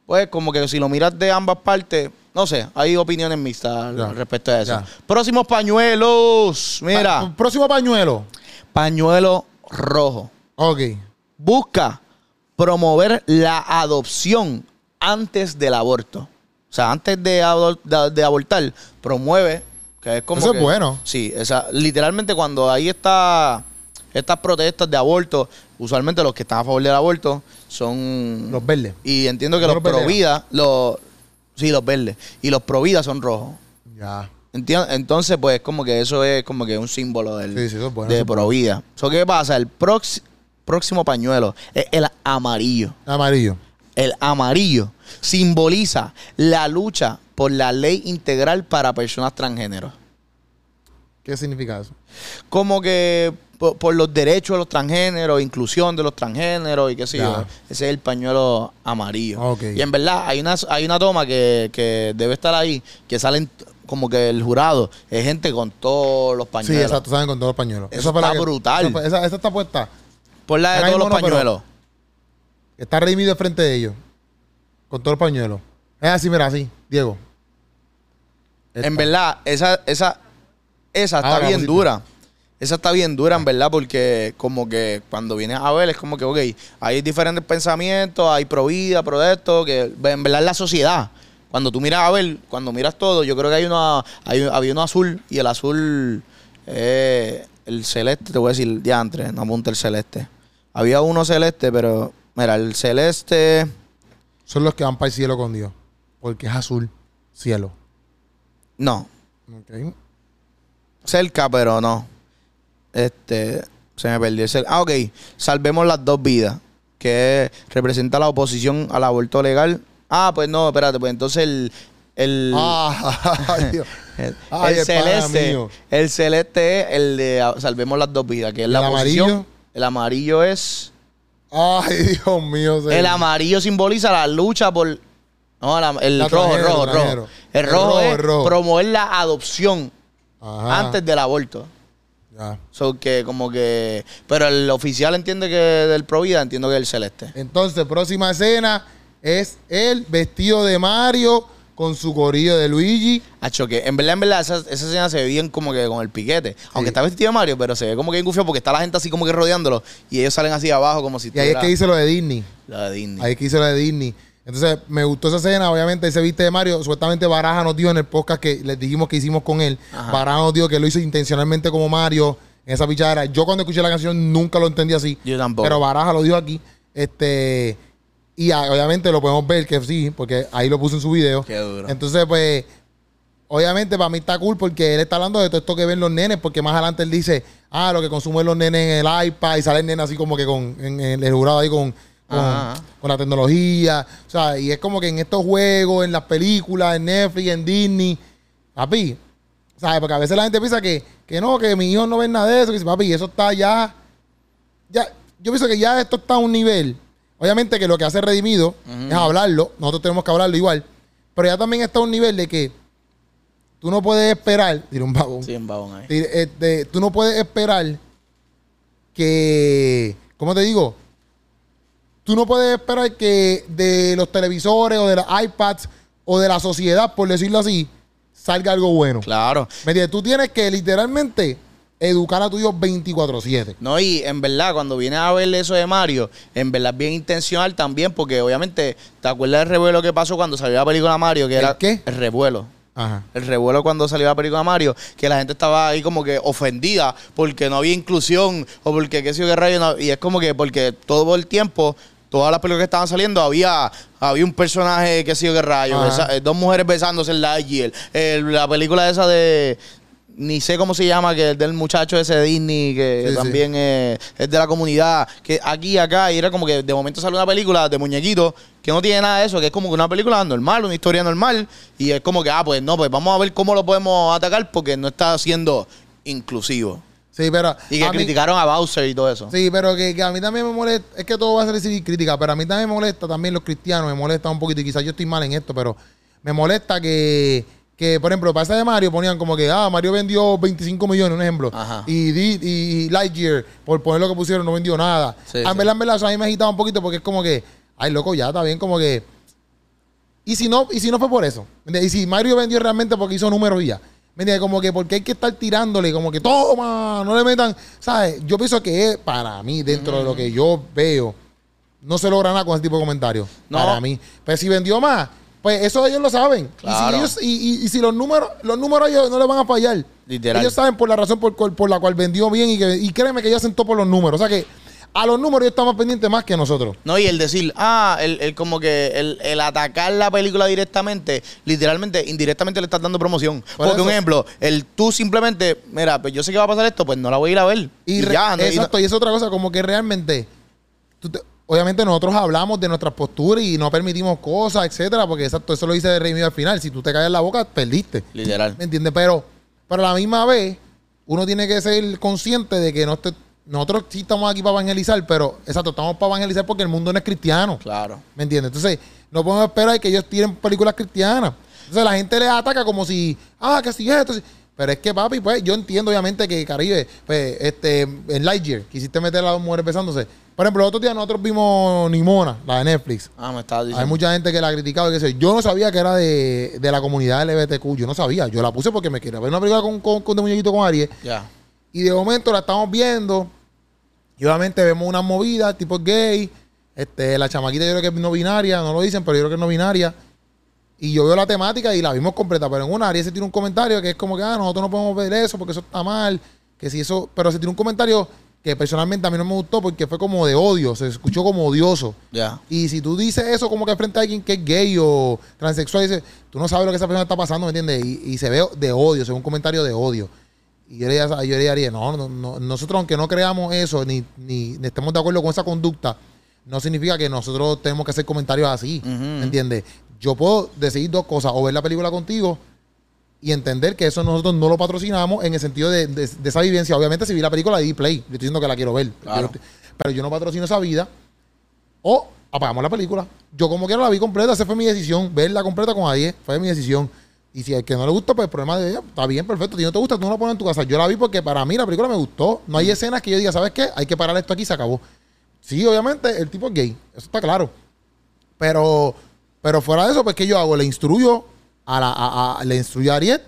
B: pues como que si lo miras de ambas partes, no sé, hay opiniones mixtas
A: Ya,
B: respecto a eso.
A: ya.
B: Próximos pañuelos, mira.
A: Pa- próximo pañuelo.
B: Pañuelo rojo.
A: Ok.
B: Busca promover la adopción antes del aborto. O sea, antes de, ador- de- de abortar, promueve. Que es como
A: Eso es
B: que-
A: bueno.
B: Sí, esa, literalmente cuando hay esta, estas protestas de aborto, usualmente los que están a favor del aborto son...
A: Los verdes.
B: Y entiendo que
A: No
B: los,
A: los
B: pro
A: verdes.
B: vida, los... Sí, los verdes. Y los pro vida son rojos.
A: Ya.
B: Enti- Entonces, pues, como que eso es como que un símbolo del,
A: Sí, sí, eso es bueno, eso
B: de
A: es
B: Provida. So, ¿Qué pasa? El prox- próximo pañuelo es el amarillo.
A: Amarillo.
B: El amarillo simboliza la lucha por la ley integral para personas transgénero.
A: ¿Qué significa eso?
B: Como que por, por los derechos de los transgéneros, inclusión de los transgéneros y qué sé yo.
A: Ya.
B: Ese es el pañuelo amarillo.
A: Ok.
B: Y en verdad hay una, hay una toma que, que debe estar ahí, que salen t- como que el jurado es gente con todos los pañuelos.
A: Sí, exacto, saben con todos los pañuelos.
B: Eso
A: Esa fue la
B: está
A: que-
B: brutal.
A: esa fue- Esa, esa está puesta.
B: Por la de
A: Ahora
B: todos los
A: mismo no, pero-
B: pañuelos.
A: Está redimido de frente de ellos. Con todos los pañuelos. Es así, mira, así, Diego. Esta.
B: En verdad, esa, esa, esa está
A: Ahora,
B: bien
A: pusiste.
B: dura. Esa está bien dura, en verdad, porque como que cuando vienes a ver, es como que, ok, hay diferentes pensamientos, hay pro vida, pro de esto, que en verdad es la sociedad. Cuando tú miras a ver, cuando miras todo, yo creo que hay una, hay, había uno azul y el azul, eh, el celeste, te voy a decir, diantre, no apunta el celeste. Había uno celeste, pero, mira, el celeste...
A: Son los que van para el cielo con Dios. Porque es azul, cielo.
B: No,
A: Ok.
B: Cerca, pero no. Este, se me perdió el cel- Ah, ok. Salvemos las dos vidas. Que representa la oposición al aborto legal. Ah, pues no, espérate, pues entonces el. El,
A: Ah, Dios.
B: el,
A: ay,
B: el
A: el pana
B: celeste.
A: mío.
B: El celeste es el de ah, Salvemos las dos vidas, que es
A: ¿Y
B: la
A: el
B: oposición.
A: amarillo?
B: El amarillo es.
A: Ay, Dios mío. señor.
B: El amarillo simboliza la lucha por. No, la- el
A: La
B: rojo, el
A: trajero,
B: rojo, el rojo.
A: trajero.
B: El
A: El
B: rojo
A: rojo,
B: es
A: el rojo. Ah.
B: promover la adopción
A: Ajá,
B: antes del aborto.
A: ya.
B: So que como que. Pero el oficial entiende que del Provida entiendo que es el celeste.
A: Entonces, próxima escena es el vestido de Mario con su gorillo de Luigi.
B: Acho que en verdad, en verdad, esa, esa escena se ve bien como que con el piquete. Aunque está vestido de Mario, pero se ve como que engufiado porque está la gente así como que rodeándolo. Y ellos salen así abajo como si
A: Y ahí es
B: estuviera
A: que dice lo de Disney.
B: la de Disney.
A: Ahí que hizo la de Disney. Entonces, me gustó esa escena. Obviamente, ese viste de Mario. Supuestamente, Baraja nos dijo en el podcast que les dijimos que hicimos con él.
B: Ajá.
A: Baraja nos dijo que lo hizo intencionalmente como Mario en esa pichadera. Yo, cuando escuché la canción, nunca lo entendí así.
B: Yo tampoco.
A: Pero Baraja lo dijo aquí. Este. Y ah, obviamente lo podemos ver que sí, porque ahí lo puso en su video.
B: Qué duro.
A: Entonces, pues, obviamente para mí está cool porque él está hablando de todo esto que ven los nenes, porque más adelante él dice, ah, lo que consumen los nenes en el iPad y sale el nene así como que con en- en el jurado ahí con, con,
B: Ajá.
A: con la tecnología. O sea, y es como que en estos juegos, en las películas, en Netflix, en Disney, papi, ¿sabes? Porque a veces la gente piensa que, que no, que mi hijo no ve nada de eso. Que dice, papi, eso está ya, ya. Yo pienso que ya esto está a un nivel. Obviamente que lo que hace Redimido es hablarlo. Nosotros tenemos que hablarlo igual. Pero ya también está a un nivel de que tú no puedes esperar. Tira un babón.
B: Sí, en babón ahí.
A: Tira- este, tú no puedes esperar que. ¿Cómo te digo? Tú no puedes esperar que de los televisores o de las iPads o de la sociedad, por decirlo así, salga algo bueno.
B: Claro.
A: ¿Me entiendes? Tú tienes que literalmente educar a tu hijo 24-7.
B: No, y en verdad, cuando vienes a ver eso de Mario, en verdad es bien intencional también, porque obviamente, ¿te acuerdas del revuelo que pasó cuando salió la película Mario? Que
A: ¿El
B: era
A: qué?
B: El revuelo.
A: Ajá.
B: El revuelo cuando salió la película Mario, que la gente estaba ahí como que ofendida porque no había inclusión o porque qué sé yo qué rayo. no- y es como que porque todo el tiempo, todas las películas que estaban saliendo, había, había un personaje qué sé yo qué rayo.
A: Ajá.
B: besa- eh, dos mujeres besándose en la IGL. El- la película esa de. Ni sé cómo se llama, que es del muchacho ese de Disney, que
A: Sí, sí.
B: también eh, es de la comunidad, que aquí y acá, y era como que de momento sale una película de muñequitos que no tiene nada de eso, que es como que una película normal, una historia normal, y es como que, ah, pues no, pues vamos a ver cómo lo podemos atacar porque no está siendo inclusivo.
A: Sí, pero.
B: Y que
A: a mí-
B: criticaron a Bowser y todo eso.
A: Sí, pero que, que a mí también me molesta. Es que todo va a recibir crítica, pero a mí también me molesta también los cristianos. Me molesta un poquito. Y quizás yo estoy mal en esto, pero me molesta que, que por ejemplo, para esa de Mario ponían como que, ah, Mario vendió 25 millones, un ejemplo.
B: Ajá.
A: Y, Di- y Lightyear, por poner lo que pusieron, no vendió nada.
B: Sí,
A: Ah, en
B: sí.
A: verdad, en verdad, eso a mí me agitaba un poquito porque es como que, ay, loco, ya está bien, como que. Y si no, y si no fue por eso. ¿Me entiendes? Y si Mario vendió realmente porque hizo números y ya. ¿Me entiendes? Como que porque hay que estar tirándole, como que toma, no le metan. ¿Sabes? Yo pienso que es, para mí, dentro de
B: Mm.
A: lo que yo veo, no se logra nada con ese tipo de comentarios.
B: No.
A: Para mí. Pues si vendió más, pues eso ellos lo saben. Y si
B: Claro.
A: ellos, y, y- y si los números, los números ellos no le van a fallar.
B: Literal.
A: Ellos saben por la razón por, cual- por la cual vendió bien y, que, y créeme que ellos hacen todo por los números. O sea que a los números ellos están más pendientes más que nosotros.
B: No, y el decir, ah, el, el como que el, el atacar la película directamente, literalmente, indirectamente le estás dando promoción.
A: Por
B: Porque, un
A: eso.
B: ejemplo, el tú simplemente, mira, pues yo sé que va a pasar esto, pues no la voy a ir a ver.
A: Y,
B: Y,
A: re-
B: ya, no- y no-
A: exacto, y es otra cosa, como que realmente, tú te- obviamente nosotros hablamos de nuestras posturas y no permitimos cosas, etcétera, porque exacto, eso lo dice de Rey al final. Si tú te caes en la boca, perdiste.
B: Literal.
A: ¿Me entiendes? Pero, pero a la misma vez, uno tiene que ser consciente de que no te- nosotros sí estamos aquí para evangelizar, pero exacto, estamos para evangelizar porque el mundo no es cristiano.
B: Claro.
A: ¿Me entiendes? Entonces, no podemos esperar que ellos tiren películas cristianas. Entonces, la gente les ataca como si, ah, que si esto. si-". Pero es que, papi, pues yo entiendo, obviamente, que Caribe, pues, este, en Lightyear, quisiste meter a las dos mujeres besándose. Por ejemplo, el otro día nosotros vimos Nimona, la de Netflix.
B: Ah, me estabas
A: Hay
B: diciendo.
A: mucha gente que la ha criticado y que dice, yo no sabía que era de, de la comunidad LGBTQ. Yo no sabía. Yo la puse porque me quería ver una película con, con, con de muñequito con Aries.
B: Ya.
A: Y de momento la estamos viendo. Y obviamente vemos unas movidas tipo gay. Este, la chamaquita yo creo que es no binaria, no lo dicen, pero yo creo que es no binaria. Y yo veo la temática y la vimos completa. Pero en una área se tiene un comentario que es como que ah, nosotros no podemos ver eso porque eso está mal. Que si eso. Pero se tiene un comentario que personalmente a mí no me gustó porque fue como de odio. Se escuchó como odioso.
B: Ya.
A: Y si tú dices eso como que frente a alguien que es gay o transexual, dices, tú no sabes lo que esa persona está pasando, ¿me entiendes? Y, y se ve de odio, se ve un comentario de odio. Y yo le, yo le diría, no, no, no, nosotros aunque no creamos eso, ni, ni estemos de acuerdo con esa conducta, no significa que nosotros tenemos que hacer comentarios así, ¿me entiendes? Yo puedo decidir dos cosas, o ver la película contigo y entender que eso nosotros no lo patrocinamos en el sentido de, de- de esa vivencia. Obviamente si vi la película de play yo estoy diciendo que la quiero ver,
B: Claro.
A: Yo no estoy- pero yo no patrocino esa vida o apagamos la película. Yo como quiera la vi completa, esa fue mi decisión, verla completa con A10, fue mi decisión. Y si al que no le gusta, pues el problema de ella, está bien, perfecto. Si no te gusta, tú no la pones en tu casa. Yo la vi porque para mí la película me gustó. No hay escenas que yo diga, ¿sabes qué? Hay que parar esto aquí, y se acabó. Sí, obviamente, el tipo es gay, eso está claro. Pero, pero fuera de eso, pues, ¿qué yo hago? Le instruyo a la, a- a- le instruyo a Ariel.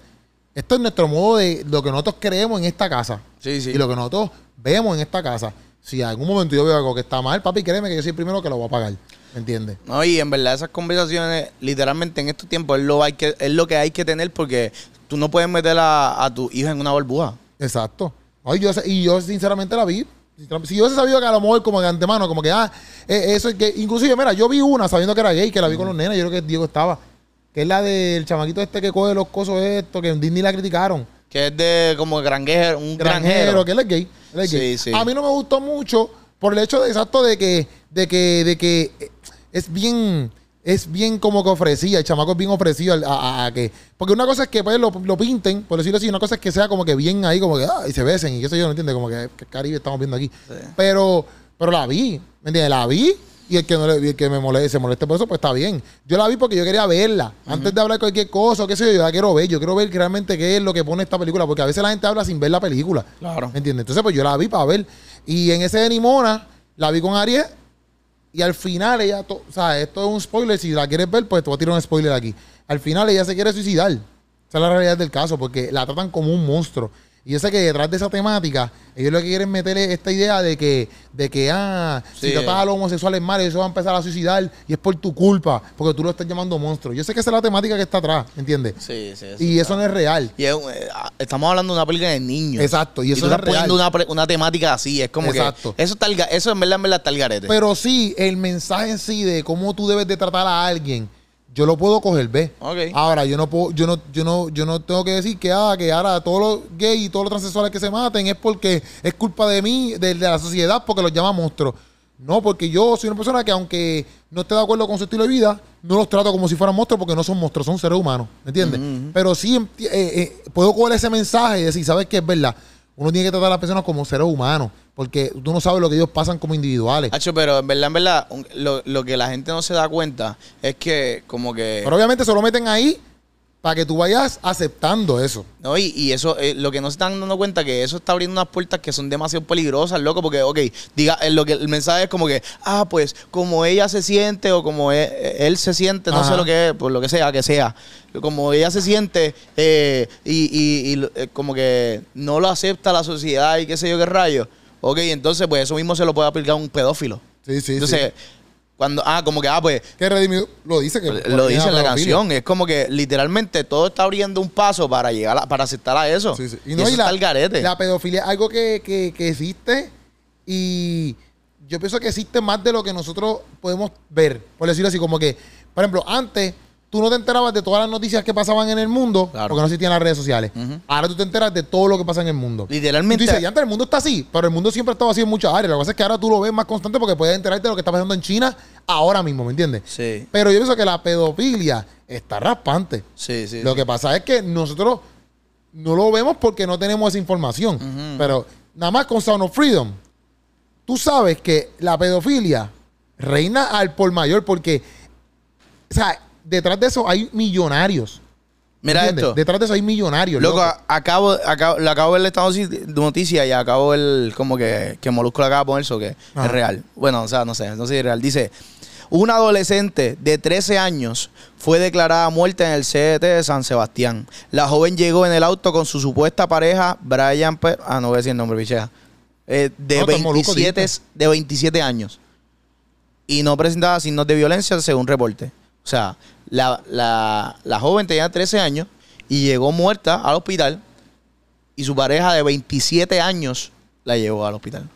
A: Esto es nuestro modo de lo que nosotros creemos en esta casa.
B: Sí, sí.
A: Y lo que nosotros vemos en esta casa. Si en algún momento yo veo algo que está mal, papi, créeme que yo soy el primero que lo voy a pagar. ¿Me entiendes?
B: No, y en verdad esas conversaciones, literalmente en estos tiempos, es lo, hay que, es lo que hay que tener porque tú no puedes meter a, a tu hijo en una burbuja.
A: Exacto. Ay, yo, sé- y yo sinceramente la vi. Si yo hubiese sabido que a lo mejor como de antemano, como que, ah, eh, eso es que... Inclusive, mira, yo vi una sabiendo que era gay, que la vi con los nenes, yo creo que Diego estaba. Que es la del chamaquito este que coge los cosos estos, que en Disney la criticaron.
B: Que es de como granjero, un granjero.
A: que él es gay. él es
B: Sí,
A: gay.
B: sí.
A: A mí no me gustó mucho por el hecho de, exacto de que, de que, de que eh, es bien, es bien como que ofrecía, el chamaco es bien ofrecido al- a, a- a que, porque una cosa es que pues, lo, lo pinten, por decirlo así, una cosa es que sea como que bien ahí, como que, ah, y se besen, y qué sé yo, no entiende, como que, que Caribe estamos viendo aquí. Pero, pero la vi, ¿me entiendes? La vi. Y el que, no le- y el que me moleste, se moleste por eso, pues está bien. Yo la vi porque yo quería verla. Antes de hablar cualquier cosa, o qué sé yo, yo la quiero ver. Yo quiero ver realmente qué es lo que pone esta película. Porque a veces la gente habla sin ver la película.
B: Claro.
A: ¿Me entiendes? Entonces, pues yo la vi para ver. Y en ese de Nimona, la vi con Ariel. Y al final ella, to- o sea, esto es un spoiler. Si la quieres ver, pues te voy a tirar un spoiler aquí. Al final ella se quiere suicidar. Esa es la realidad del caso, porque la tratan como un monstruo. Y yo sé que detrás de esa temática, ellos lo que quieren meter es esta idea de que, de que ah, si
B: Sí.
A: tratas a los homosexuales mal, ellos se van a empezar a suicidar y es por tu culpa, porque tú lo estás llamando monstruo. Yo sé que esa es la temática que está atrás, ¿entiendes?
B: Sí, sí.
A: y eso no es real.
B: Y es un- eh, ah, estamos hablando de una película de niños.
A: Exacto, y eso
B: tú
A: es
B: estás poniendo
A: real.
B: una, pre- una temática así. Es como
A: Exacto.
B: que. Eso, está al ga- eso en verdad, en verdad está el garete.
A: Pero sí, el mensaje en sí de cómo tú debes de tratar a alguien, yo lo puedo coger, ¿ves?
B: Ok.
A: Ahora, yo no puedo, yo no, yo no, yo no tengo que decir que, ah, que ahora todos los gays y todos los transexuales que se maten es porque es culpa de mí, de, de la sociedad, porque los llama monstruos. No, porque yo soy una persona que aunque no esté de acuerdo con su estilo de vida, no los trato como si fueran monstruos porque no son monstruos, son seres humanos, ¿me entiendes? Pero sí em- eh, eh, puedo coger ese mensaje y decir, ¿sabes qué es verdad? Uno tiene que tratar a las personas como seres humanos, porque tú no sabes lo que ellos pasan como individuales.
B: Hacho, pero en verdad, en verdad, un- lo, lo que la gente no se da cuenta es que, como que.
A: Eh. Pero obviamente se lo meten ahí para que tú vayas aceptando eso.
B: No, y, y eso, eh, lo que no se están dando cuenta que eso está abriendo unas puertas que son demasiado peligrosas, loco, porque, ok, diga, eh, lo que el mensaje es como que, ah, pues, como ella se siente o como e- e- él, se siente, no
A: Ajá.
B: sé lo que es, por lo que sea, que sea, como ella se siente eh, y, y- y lo- eh, como que no lo acepta la sociedad y qué sé yo qué rayo, ok, entonces, pues, eso mismo se lo puede aplicar a un pedófilo.
A: Sí, sí,
B: entonces, cuando, ah, como que, ah, pues,
A: sí. Que redimido lo dice que
B: lo dice en
A: pedofilia.
B: la canción. Es como que literalmente todo está abriendo un paso para llegar a- para aceptar a eso.
A: Sí, sí.
B: Y,
A: no,
B: eso
A: y la,
B: está al garete.
A: la pedofilia es algo que, que- que existe y yo pienso que existe más de lo que nosotros podemos ver. Por decirlo así, como que, por ejemplo, antes tú no te enterabas de todas las noticias que pasaban en el mundo
B: Claro.
A: porque no existían las redes sociales.
B: Ujú.
A: Ahora tú te enteras de todo lo que pasa en el mundo.
B: Literalmente-
A: Y tú dices, ya antes el mundo está así, pero el mundo siempre ha estado así en muchas áreas. Lo que pasa es que ahora tú lo ves más constante porque puedes enterarte de lo que está pasando en China ahora mismo, ¿me entiendes?
B: Sí,
A: Pero yo pienso que la pedofilia está raspante.
B: sí, sí.
A: Lo que pasa es que nosotros no lo vemos porque no tenemos esa información. Pero nada más con Sound of Freedom, tú sabes que la pedofilia reina al por mayor porque, o sea, detrás de eso hay millonarios.
B: Mira
A: ¿entiendes?
B: esto.
A: Detrás de eso hay millonarios.
B: Loco, ah.
A: Loco,
B: a- acabo, acabo, lo acabo de ver esta notici- de noticia y acabo el como que, que Molusco le acaba de poner eso, que
A: Ajá.
B: es real. Bueno, o sea, no sé, no sé si es real. Dice, una adolescente de 13 años fue declarada muerta en el CDT de San Sebastián. La joven llegó en el auto con su supuesta pareja, Brian Pe- Ah, no voy a decir el nombre, pichea. Eh, de,
A: No, tan Molusco
B: 27,
A: dijiste.
B: de 27 años. Y no presentaba signos de violencia según reporte. O sea, la, la, la joven tenía 13 años y llegó muerta al hospital y su pareja de 27 años la llevó al hospital.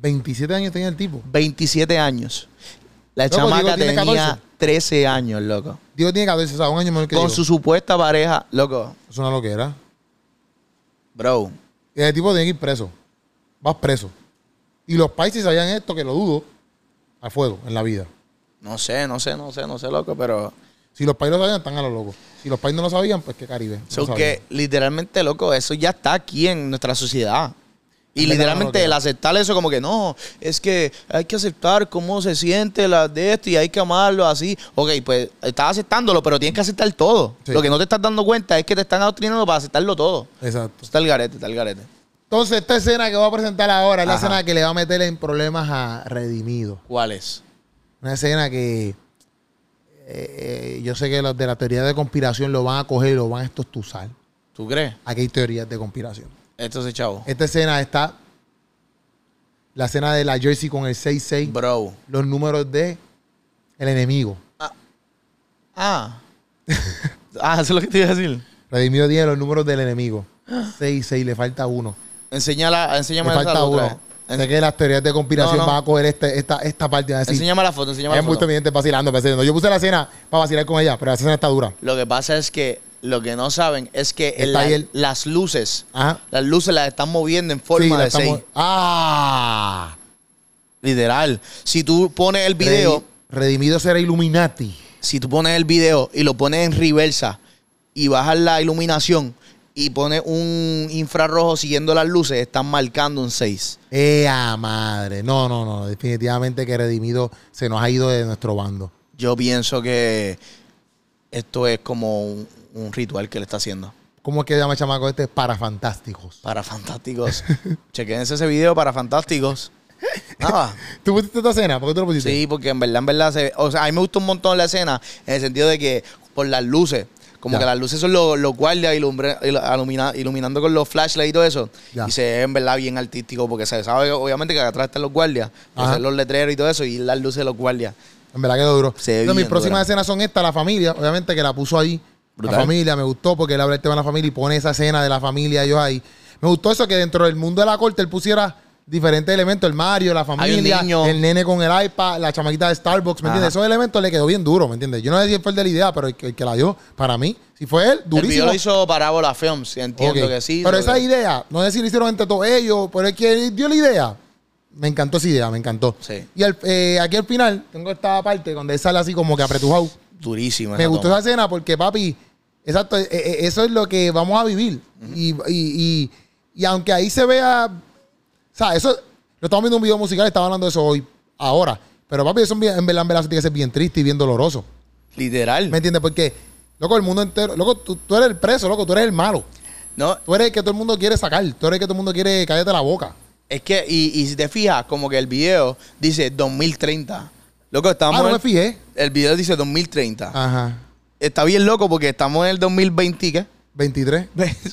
A: 27 años tenía el tipo.
B: 27 años. La
A: Loco,
B: chamaca
A: Diego tiene
B: tenía
A: 14.
B: 13 años, loco.
A: Digo, tiene 14, o sea, un año menor que
B: Con
A: Diego.
B: su supuesta pareja, loco.
A: Es una loquera.
B: Bro.
A: Y ese tipo tiene que ir preso. Vas preso. Y los países sabían esto, que lo dudo, al fuego, en la vida.
B: No sé, no sé, no sé, no sé, loco, pero...
A: Si los países lo sabían, están a lo loco. Si los países no lo sabían, pues que Caribe. no
B: So
A: lo
B: que literalmente, loco, eso ya está aquí en nuestra sociedad. Y
A: Es verdad,
B: literalmente
A: loco.
B: el aceptar eso como que no, es que hay que aceptar cómo se siente la de esto y hay que amarlo así. Ok, pues estás aceptándolo, pero tienes que aceptar todo.
A: Sí.
B: Lo que no te estás dando cuenta es que te están adoctrinando para aceptarlo todo.
A: sabían. Exacto.
B: Está el garete, está el garete.
A: Entonces, esta escena que voy a presentar ahora es la
B: Ajá.
A: escena que le va a meter en problemas a Redimido.
B: ¿Cuál es?
A: Una escena que eh, eh, yo sé que los de la teoría de conspiración lo van a coger y lo van a estostuzar.
B: ¿Tú crees?
A: Aquí hay teorías de conspiración.
B: Entonces, chavo.
A: Esta escena está. La escena de la Jersey con el 6-6.
B: Bro.
A: Los números de el enemigo.
B: Ah. ah, eso es lo que te iba a decir.
A: Redimido tiene los números del enemigo. 6-6, le falta uno.
B: Enseñala,
A: Le
B: enséñame esa
A: falta
B: otra
A: uno.
B: vez.
A: Sé que las teorías de conspiración
B: No, no.
A: van a coger este- esta, esta parte y van a decir,
B: Enséñame la foto, enséñame
A: Ella
B: la
A: es muy
B: foto.
A: evidente vacilando, vacilando. Yo puse la cena para vacilar con ella, pero la cena está dura.
B: Lo que pasa es que Lo que no saben es que
A: El
B: la-
A: taller.
B: las luces,
A: Ajá.
B: las luces las están moviendo en
A: Sí,
B: forma
A: la
B: de seis.
A: estamos- ¡Ah!
B: Literal. Si tú pones el video,
A: Redi- Redimido será Illuminati.
B: si tú pones el video y lo pones en reversa y bajas la iluminación y pones un infrarrojo siguiendo las luces, están marcando un 6.
A: ¡Ea madre! No, no, no. Definitivamente que Redimido se nos ha ido de nuestro bando.
B: Yo pienso que esto es como un, un ritual que le está haciendo.
A: ¿Cómo es que llama el chamaco este? Para fantásticos.
B: Para fantásticos. Chequense ese video para fantásticos. Nada.
A: ¿Tú pusiste esta escena? ¿Por qué tú lo pusiste?
B: Sí, porque en verdad, en verdad, se- o sea, a mí me gusta un montón la escena en el sentido de que por las luces, como
A: Ya.
B: que las luces son los, los guardias ilumbre- il- alumina- iluminando con los flashlights y todo eso.
A: Ya.
B: Y se ve en verdad bien artístico porque se sabe obviamente que atrás están los guardias,
A: Ajá.
B: hacer los letreros y todo eso y las luces de los guardias.
A: En verdad quedó duro.
B: Se ve
A: Entonces, mis
B: bien
A: próximas
B: dura.
A: escenas son estas, la familia, obviamente que la puso ahí.
B: Brutal.
A: La familia, me gustó porque él habla del tema de la familia y pone esa escena de la familia, ellos ahí. Me gustó eso que dentro del mundo de la corte él pusiera diferentes elementos, el Mario, la familia,
B: niño.
A: el nene con el iPad, la chamaquita de Starbucks, ¿me
B: Ajá.
A: entiendes? Esos elementos le quedó bien duro, ¿me entiendes? Yo no sé si él fue el de la idea, pero el que, el que la dio, para mí, si fue él,
B: El video
A: durísimo.
B: lo hizo Parábola Films, entiendo
A: Ok.
B: que sí.
A: Pero
B: lo
A: esa
B: que-
A: idea, no sé si lo hicieron entre todos ellos, pero es que él dio la idea. Me encantó esa idea, me encantó.
B: Sí.
A: Y al- eh, aquí al final, tengo esta parte donde él sale así como que apretujado.
B: Durísima.
A: Me
B: esa
A: gustó
B: toma.
A: esa escena porque, papi, exacto, eh, eh, eso es lo que vamos a vivir. Y, y- y- y aunque ahí se vea. O sea, eso. Lo estamos viendo en un video musical, estaba hablando de eso hoy, ahora. Pero, papi, eso en verdad, en verdad, en verdad, eso tiene que ser bien triste y bien doloroso.
B: Literal.
A: ¿Me entiendes? Porque, loco, el mundo entero. Loco, tú, tú eres el preso, loco, tú eres el malo.
B: No,
A: Tú eres el que todo el mundo quiere sacar. Tú eres el que todo el mundo quiere cállate la boca.
B: es que, y, y si te fijas, como que el video dice 2030. Loco, estamos.
A: ah, no
B: en-
A: me fijé. Ah.
B: El video dice 2030.
A: Ajá.
B: Está bien loco porque estamos en el 2020, ¿qué?
A: 23.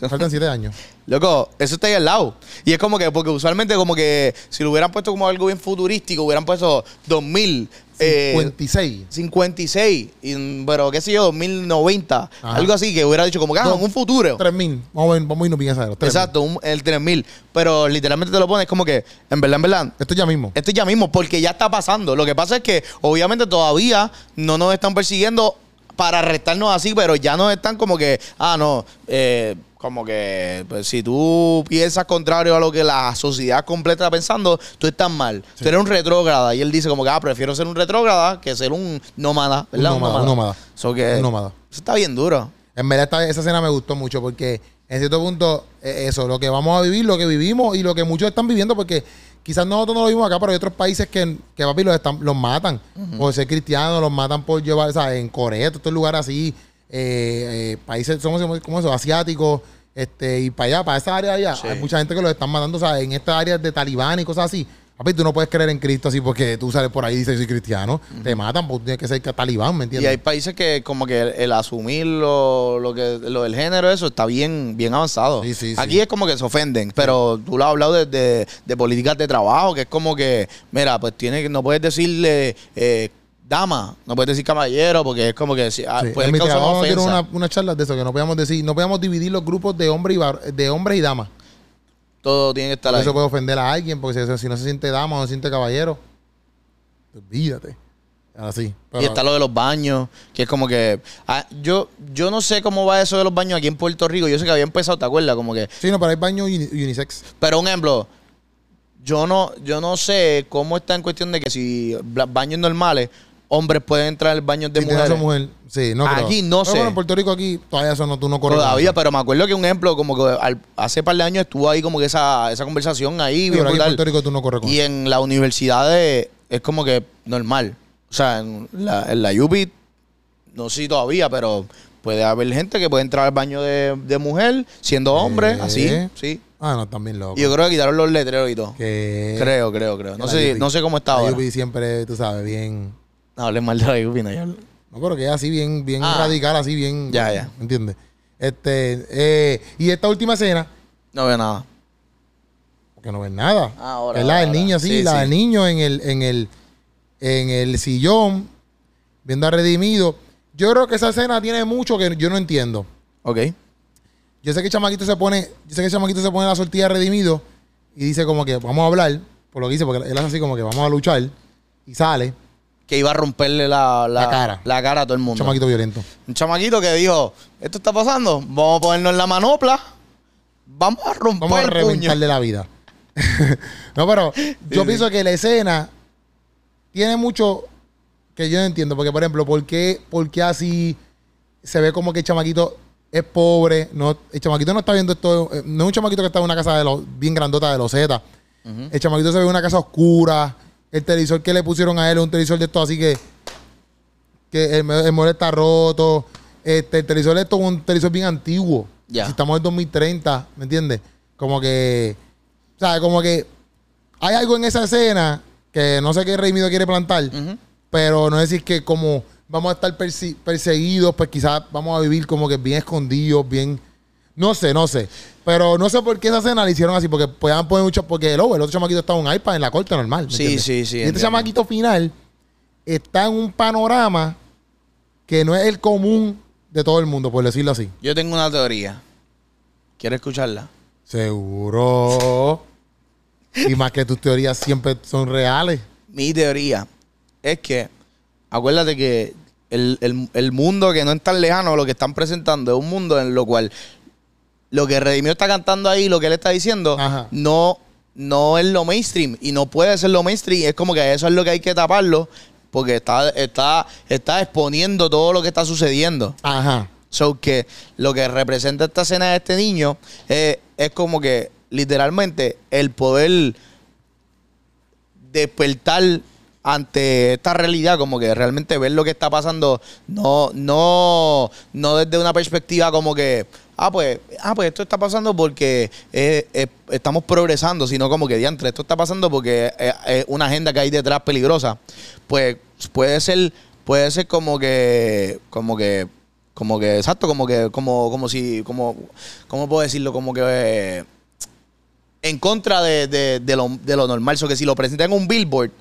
A: Faltan 7 años.
B: Loco, eso está ahí al lado. Y es como que, porque usualmente como que si lo hubieran puesto como algo bien futurístico, hubieran puesto 2000, eh,
A: 56.
B: 56, y, pero qué sé yo, 2090,
A: Ajá.
B: algo así, que hubiera dicho como que, ah,
A: No,
B: en un futuro.
A: 3000. Vamos a ver- vamos a irnos bien a
B: Exacto, un- el 3000. Pero literalmente te lo pones como que, en verdad, en verdad,
A: Esto ya mismo.
B: esto ya mismo, porque ya está pasando. Lo que pasa es que obviamente todavía no nos están persiguiendo para arrestarnos así, pero ya nos están como que, ah, no, eh, como que pues, si tú piensas contrario a lo que la sociedad completa está pensando, tú estás mal. Tú eres un retrógrada. Y él dice como que, ah, prefiero ser un retrógrada que ser un nómada, ¿verdad?
A: Un nómada, un nómada.
B: So que-
A: Un nómada.
B: Eso está bien duro.
A: En verdad, esta- esa escena me gustó mucho porque, en cierto punto, eh, eso, lo que vamos a vivir, lo que vivimos y lo que muchos están viviendo, porque quizás nosotros no lo vimos acá, pero hay otros países que, que papi, los, están, los matan por ser cristianos, los matan por llevar, o sea, en Corea, todos estos lugares así, eh, eh, países, somos, como eso, asiáticos, este, y para allá, para esa área allá,
B: Sí.
A: hay mucha gente que los están matando, o sea, en estas áreas de talibán y cosas así. Papi, tú no puedes creer en Cristo así porque tú sales por ahí y dices, soy cristiano, te matan, porque tienes que ser talibán, ¿me entiendes?
B: Y hay países que como que el, el asumir lo, lo que lo del género, eso está bien, bien avanzado.
A: Sí, sí, sí.
B: Aquí es como que se ofenden, pero tú lo has hablado de, de- de políticas de trabajo, que es como que, mira, pues tiene, que- no puedes decirle eh, dama, no puedes decir caballero, porque es como que si- ah,
A: Sí,
B: puede
A: en mi
B: causar
A: trabajo
B: ofensa.
A: dieron una, una charla de eso, que no podíamos decir, no podíamos dividir los grupos de hombres y var- de hombres y damas.
B: Todo tiene que estar ahí.
A: Eso puede ofender a alguien, porque si, eso- si no se siente dama o no se siente caballero, olvídate. Ahora sí. pero-
B: Y está lo de los baños, que es como que... ah, yo, yo no sé cómo va eso de los baños aquí en Puerto Rico. Yo sé que había empezado, ¿te acuerdas? Como que
A: sí, no, pero hay baños uni- unisex.
B: Pero un ejemplo, yo no, yo no sé cómo está en cuestión de que si bla- baños normales, hombres pueden entrar en baños de
A: Si te
B: mujeres.
A: nace mujer. Sí, no creo.
B: Aquí no
A: Pero
B: sé.
A: bueno, en Puerto Rico aquí todavía eso no, tú no corres.
B: Todavía,
A: con eso.
B: pero me acuerdo que un ejemplo, como que al- hace par de años estuvo ahí como que esa, esa conversación ahí,
A: Sí,
B: bien
A: pero aquí en
B: brutal.
A: Puerto Rico tú no corres con
B: Y
A: eso.
B: en la universidad de- es como que normal. O sea, en la, en la UPI, no sé si todavía, pero puede haber gente que puede entrar al baño de, de mujer siendo hombre,
A: Eh.
B: así, sí.
A: Ah, no, también loco.
B: Y yo creo que quitaron los letreros y todo.
A: que
B: Creo, creo, creo. No
A: la
B: sé,
A: Yupi-
B: no sé cómo está
A: la
B: ahora.
A: Yupi siempre, tú sabes, bien...
B: No hables mal de la Yupi, no, yo hablo.
A: No, pero que es así bien, bien
B: Ah.
A: radical, así bien.
B: Ya, ya.
A: ¿Entiendes? Este, eh, y esta última escena,
B: No veo nada.
A: que no ven nada.
B: Ah, ahora,
A: es la del
B: ahora.
A: niño, sí,
B: Sí,
A: la
B: sí.
A: del niño en el, en el, en el sillón, viendo a Redimido. Yo creo que esa escena tiene mucho que yo no entiendo.
B: Ok.
A: Yo sé que el chamaquito se pone, yo sé que el chamaquito se pone la sortilla de redimido y dice como que vamos a hablar, por lo que dice, porque él hace así como que vamos a luchar y sale.
B: que iba a romperle la, la-
A: La cara.
B: la cara a todo el mundo.
A: Chamaquito violento.
B: Un chamaquito que dijo, esto está pasando, vamos a ponernos en la manopla, vamos a romper
A: Vamos a
B: el puño.
A: reventarle la vida. no, pero yo
B: sí.
A: pienso que la escena tiene mucho que yo no entiendo. Porque, por ejemplo, ¿por qué, por qué así se ve como que el chamaquito es pobre? No, el chamaquito no está viendo esto. eh, No es un chamaquito que está en una casa de los, bien grandota de los Z. El chamaquito se ve en una casa oscura. El televisor que le pusieron a él es un televisor de estos así que que el, mo- el modelo está roto. Este, el televisor esto es un televisor bien antiguo.
B: Ya.
A: Si estamos en 2030, ¿me entiendes? Como que, ¿sabes? Como que hay algo en esa escena que no sé qué Reimido quiere plantar,
B: Ujú.
A: pero no es decir que como vamos a estar persi- perseguidos, pues quizás vamos a vivir como que bien escondidos, bien... No sé, no sé. Pero no sé por qué esa escena la hicieron así, porque podían poner mucho... Porque el, oh, el otro chamaquito estaba en un iPad en la corte normal. ¿me
B: Sí,
A: entiendes?
B: sí, sí,
A: Y este
B: entiendo.
A: chamaquito final está en un panorama que no es el común de todo el mundo, por decirlo así.
B: Yo tengo una teoría. ¿Quieres escucharla?
A: Seguro. y más que tus teorías siempre son reales.
B: Mi teoría es que, acuérdate que el, el- el mundo que no es tan lejano, lo que están presentando, es un mundo en lo cual lo que Redimió está cantando ahí, lo que él está diciendo,
A: Ajá.
B: no, no es lo mainstream y no puede ser lo mainstream. Es como que eso es lo que hay que taparlo porque está, está, está exponiendo todo lo que está sucediendo.
A: Ajá.
B: So que lo que representa esta escena de este niño eh, es como que literalmente el poder despertar ante esta realidad, como que realmente ver lo que está pasando, no, no, no desde una perspectiva como que, ah, pues, ah, pues esto está pasando porque eh, eh, estamos progresando, sino como que diantre, esto está pasando porque eh, es una agenda que hay detrás peligrosa. Pues puede ser, puede ser como que, como que, como que, exacto, como que, como, como si, como, ¿cómo puedo decirlo? Como que eh, en contra de, de- de lo, de lo normal. So que si lo presentan en un billboard,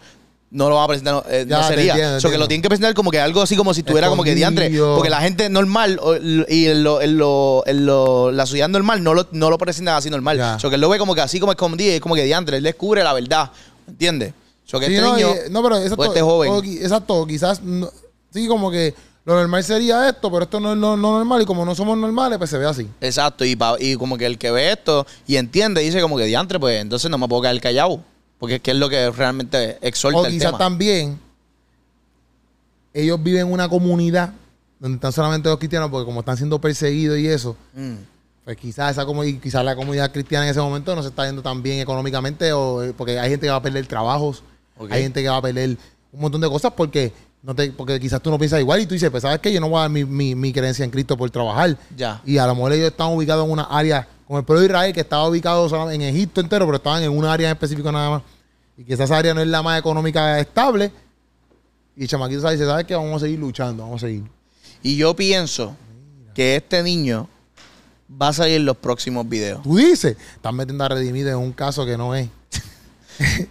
B: no lo van a presentar, eh,
A: Ya,
B: no
A: te entiendo,
B: sería. so que
A: entiendo.
B: lo tienen que presentar como que algo así como si tuviera como que diantre.
A: Escondido.
B: Porque la gente normal o- y en lo, en lo- en lo- la sociedad normal no lo, no lo presentan así normal.
A: Ya.
B: So que él lo ve como que así como escondido, es como que diantre. Él descubre la verdad. ¿Entiendes? So que
A: Sí,
B: este
A: no,
B: niño.
A: y- eh, no, pero exacto,
B: o este joven.
A: o qui- exacto, quizás no- sí, como que lo normal sería esto, pero esto no es lo- no normal. Y como no somos normales, pues se ve así.
B: Exacto, y, pa- y como que el que ve esto y entiende, dice como que diantre, pues entonces no me puedo quedar callado. Porque es que es lo que realmente exhorta
A: O
B: el
A: quizás
B: tema.
A: también ellos viven en una comunidad donde están solamente los cristianos, porque como están siendo perseguidos y eso,
B: Mm.
A: pues quizás esa comu- y quizás la comunidad cristiana en ese momento no se está yendo tan bien económicamente, o eh, porque hay gente que va a perder trabajos,
B: Ok.
A: hay gente que va a perder un montón de cosas porque no te, porque quizás tú no piensas igual y tú dices, pues sabes que yo no voy a dar mi, mi, mi creencia en Cristo por trabajar.
B: Ya.
A: Y a lo mejor ellos estaban ubicados en una área, como el pueblo de Israel, que estaba ubicado solam- en Egipto entero, pero estaban en una área en específico nada más. Y que esa área no es la más económica estable. Y el chamaquito sabe, dice, ¿sabes qué? Vamos a seguir luchando, vamos a seguir.
B: Y yo pienso que este niño va a salir en los próximos videos.
A: Tú dices, están metiendo a Redimido en un caso que no es.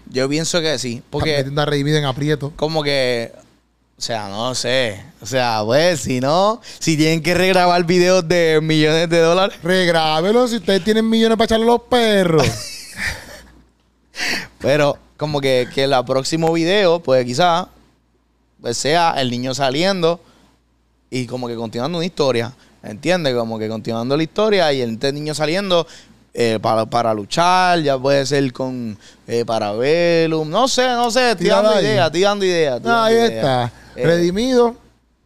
B: Yo pienso que sí.
A: Están
B: Porque
A: metiendo a Redimido en aprieto.
B: como que. O sea, no sé. O sea, pues, si no, si tienen que regrabar videos de millones de dólares,
A: Regrábelo si ustedes tienen millones para echarle a los perros.
B: Pero como que, que el próximo video, pues quizás pues, sea el niño saliendo y como que continuando una historia. ¿Entiendes? Como que continuando la historia y el este niño saliendo eh, para, para luchar, ya puede ser con eh, para Velum. No sé, no sé, estoy
A: Tírala
B: dando
A: ahí.
B: ideas, estoy dando ideas. estoy dando
A: Ahí
B: ideas.
A: está.
B: Eh,
A: Redimido,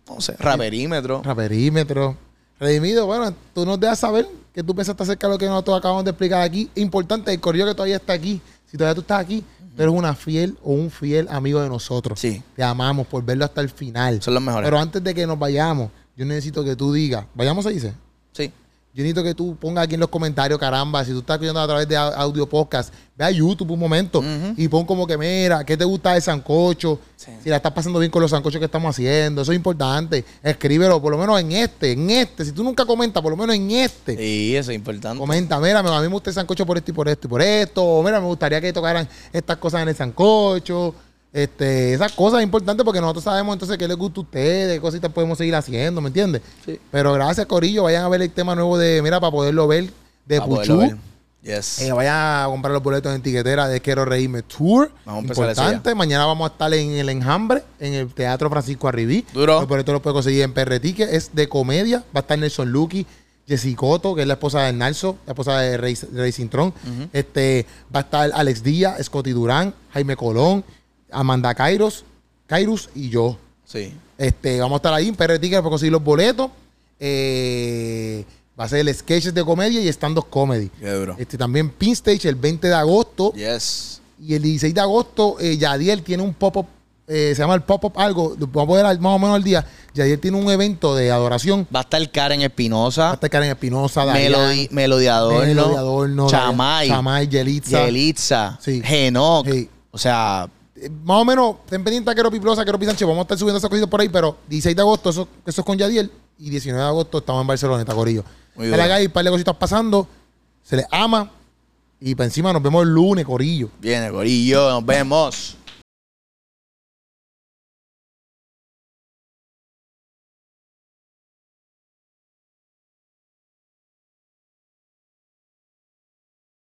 B: no sé, raperímetro.
A: raperímetro. Redimido, bueno, tú nos dejas saber que tú pensaste acerca de lo que nosotros acabamos de explicar aquí. Importante, el correo que todavía está aquí. Si todavía tú estás aquí, tú eres una fiel o un fiel amigo de nosotros.
B: Sí.
A: Te amamos por verlo hasta el final.
B: Son los mejores.
A: Pero antes de que nos vayamos, yo necesito que tú digas, vayamos se dice.
B: sí.
A: Yo necesito que tú pongas aquí en los comentarios, caramba, si tú estás escuchando a través de au- audio podcast, ve a YouTube un momento
B: Ujú.
A: y pon como que, mira, ¿qué te gusta de sancocho?
B: Sí.
A: Si la estás pasando bien con los sancochos que estamos haciendo, eso es importante. Escríbelo, por lo menos en este, en este. Si tú nunca comentas, por lo menos en este.
B: Sí, eso es importante.
A: Comenta, mira, a mí me gusta el sancocho por esto y por esto y por esto. O Mira, me gustaría que tocaran estas cosas en el sancocho. Este, esas cosas importantes porque nosotros sabemos entonces qué les gusta a ustedes, qué cositas podemos seguir haciendo, ¿me entiendes?
B: Sí.
A: Pero gracias, Corillo. Vayan a ver el tema nuevo de, mira, para poderlo ver, de
B: Para poderlo
A: Puchu.
B: ver. Yes.
A: Eh, vayan a comprar los boletos en tiquetera de Quiero Reírme Tour.
B: Vamos a empezar eso
A: Importante. Mañana vamos a estar en el Enjambre, en el Teatro Francisco Arribí.
B: Duro.
A: Los boletos los puedes conseguir en PR Ticket. Es de comedia. Va a estar Nelson Lucky, Jessy Coto, que es la esposa de Narso, la esposa de Rey, Rey Cintrón. este, va a estar Alex Díaz, Scotty Durán, Jaime Colón, Amanda Kairos, Kairos y yo.
B: Sí.
A: Este, vamos a estar ahí en PR Ticket para conseguir los boletos. Eh, va a ser el sketches de comedia y stand-up comedy.
B: Qué duro.
A: Este, también Pinstage el 20 de agosto.
B: Yes.
A: Y el 16 de agosto, eh, Yadiel tiene un pop-up, eh, se llama el pop-up algo, lo vamos a poner al- más o menos al día. Yadiel tiene un evento de adoración.
B: Va a estar Karen
A: Va a
B: Espinosa,
A: estar Karen Espinosa,
B: Melody, Melody Adorno,
A: Melody Adorno,
B: Chamay,
A: Dayan- Chamay, Yelitza.
B: Yelitza,
A: Sí.
B: Genoc.
A: Sí.
B: O sea,
A: Eh, Más o menos, ten pendiente a Quero Piplosa, Quero Pisanche, vamos a estar subiendo esas cositas por ahí, pero 16 de agosto, eso, eso es con Yadiel, y 19 de agosto estamos en Barcelona, Tacorillo.
B: Muy
A: Dale
B: bien.
A: acá, hay un par de cositas pasando, se les ama, y para encima nos vemos el lunes, Corillo.
B: viene Corillo, nos vemos.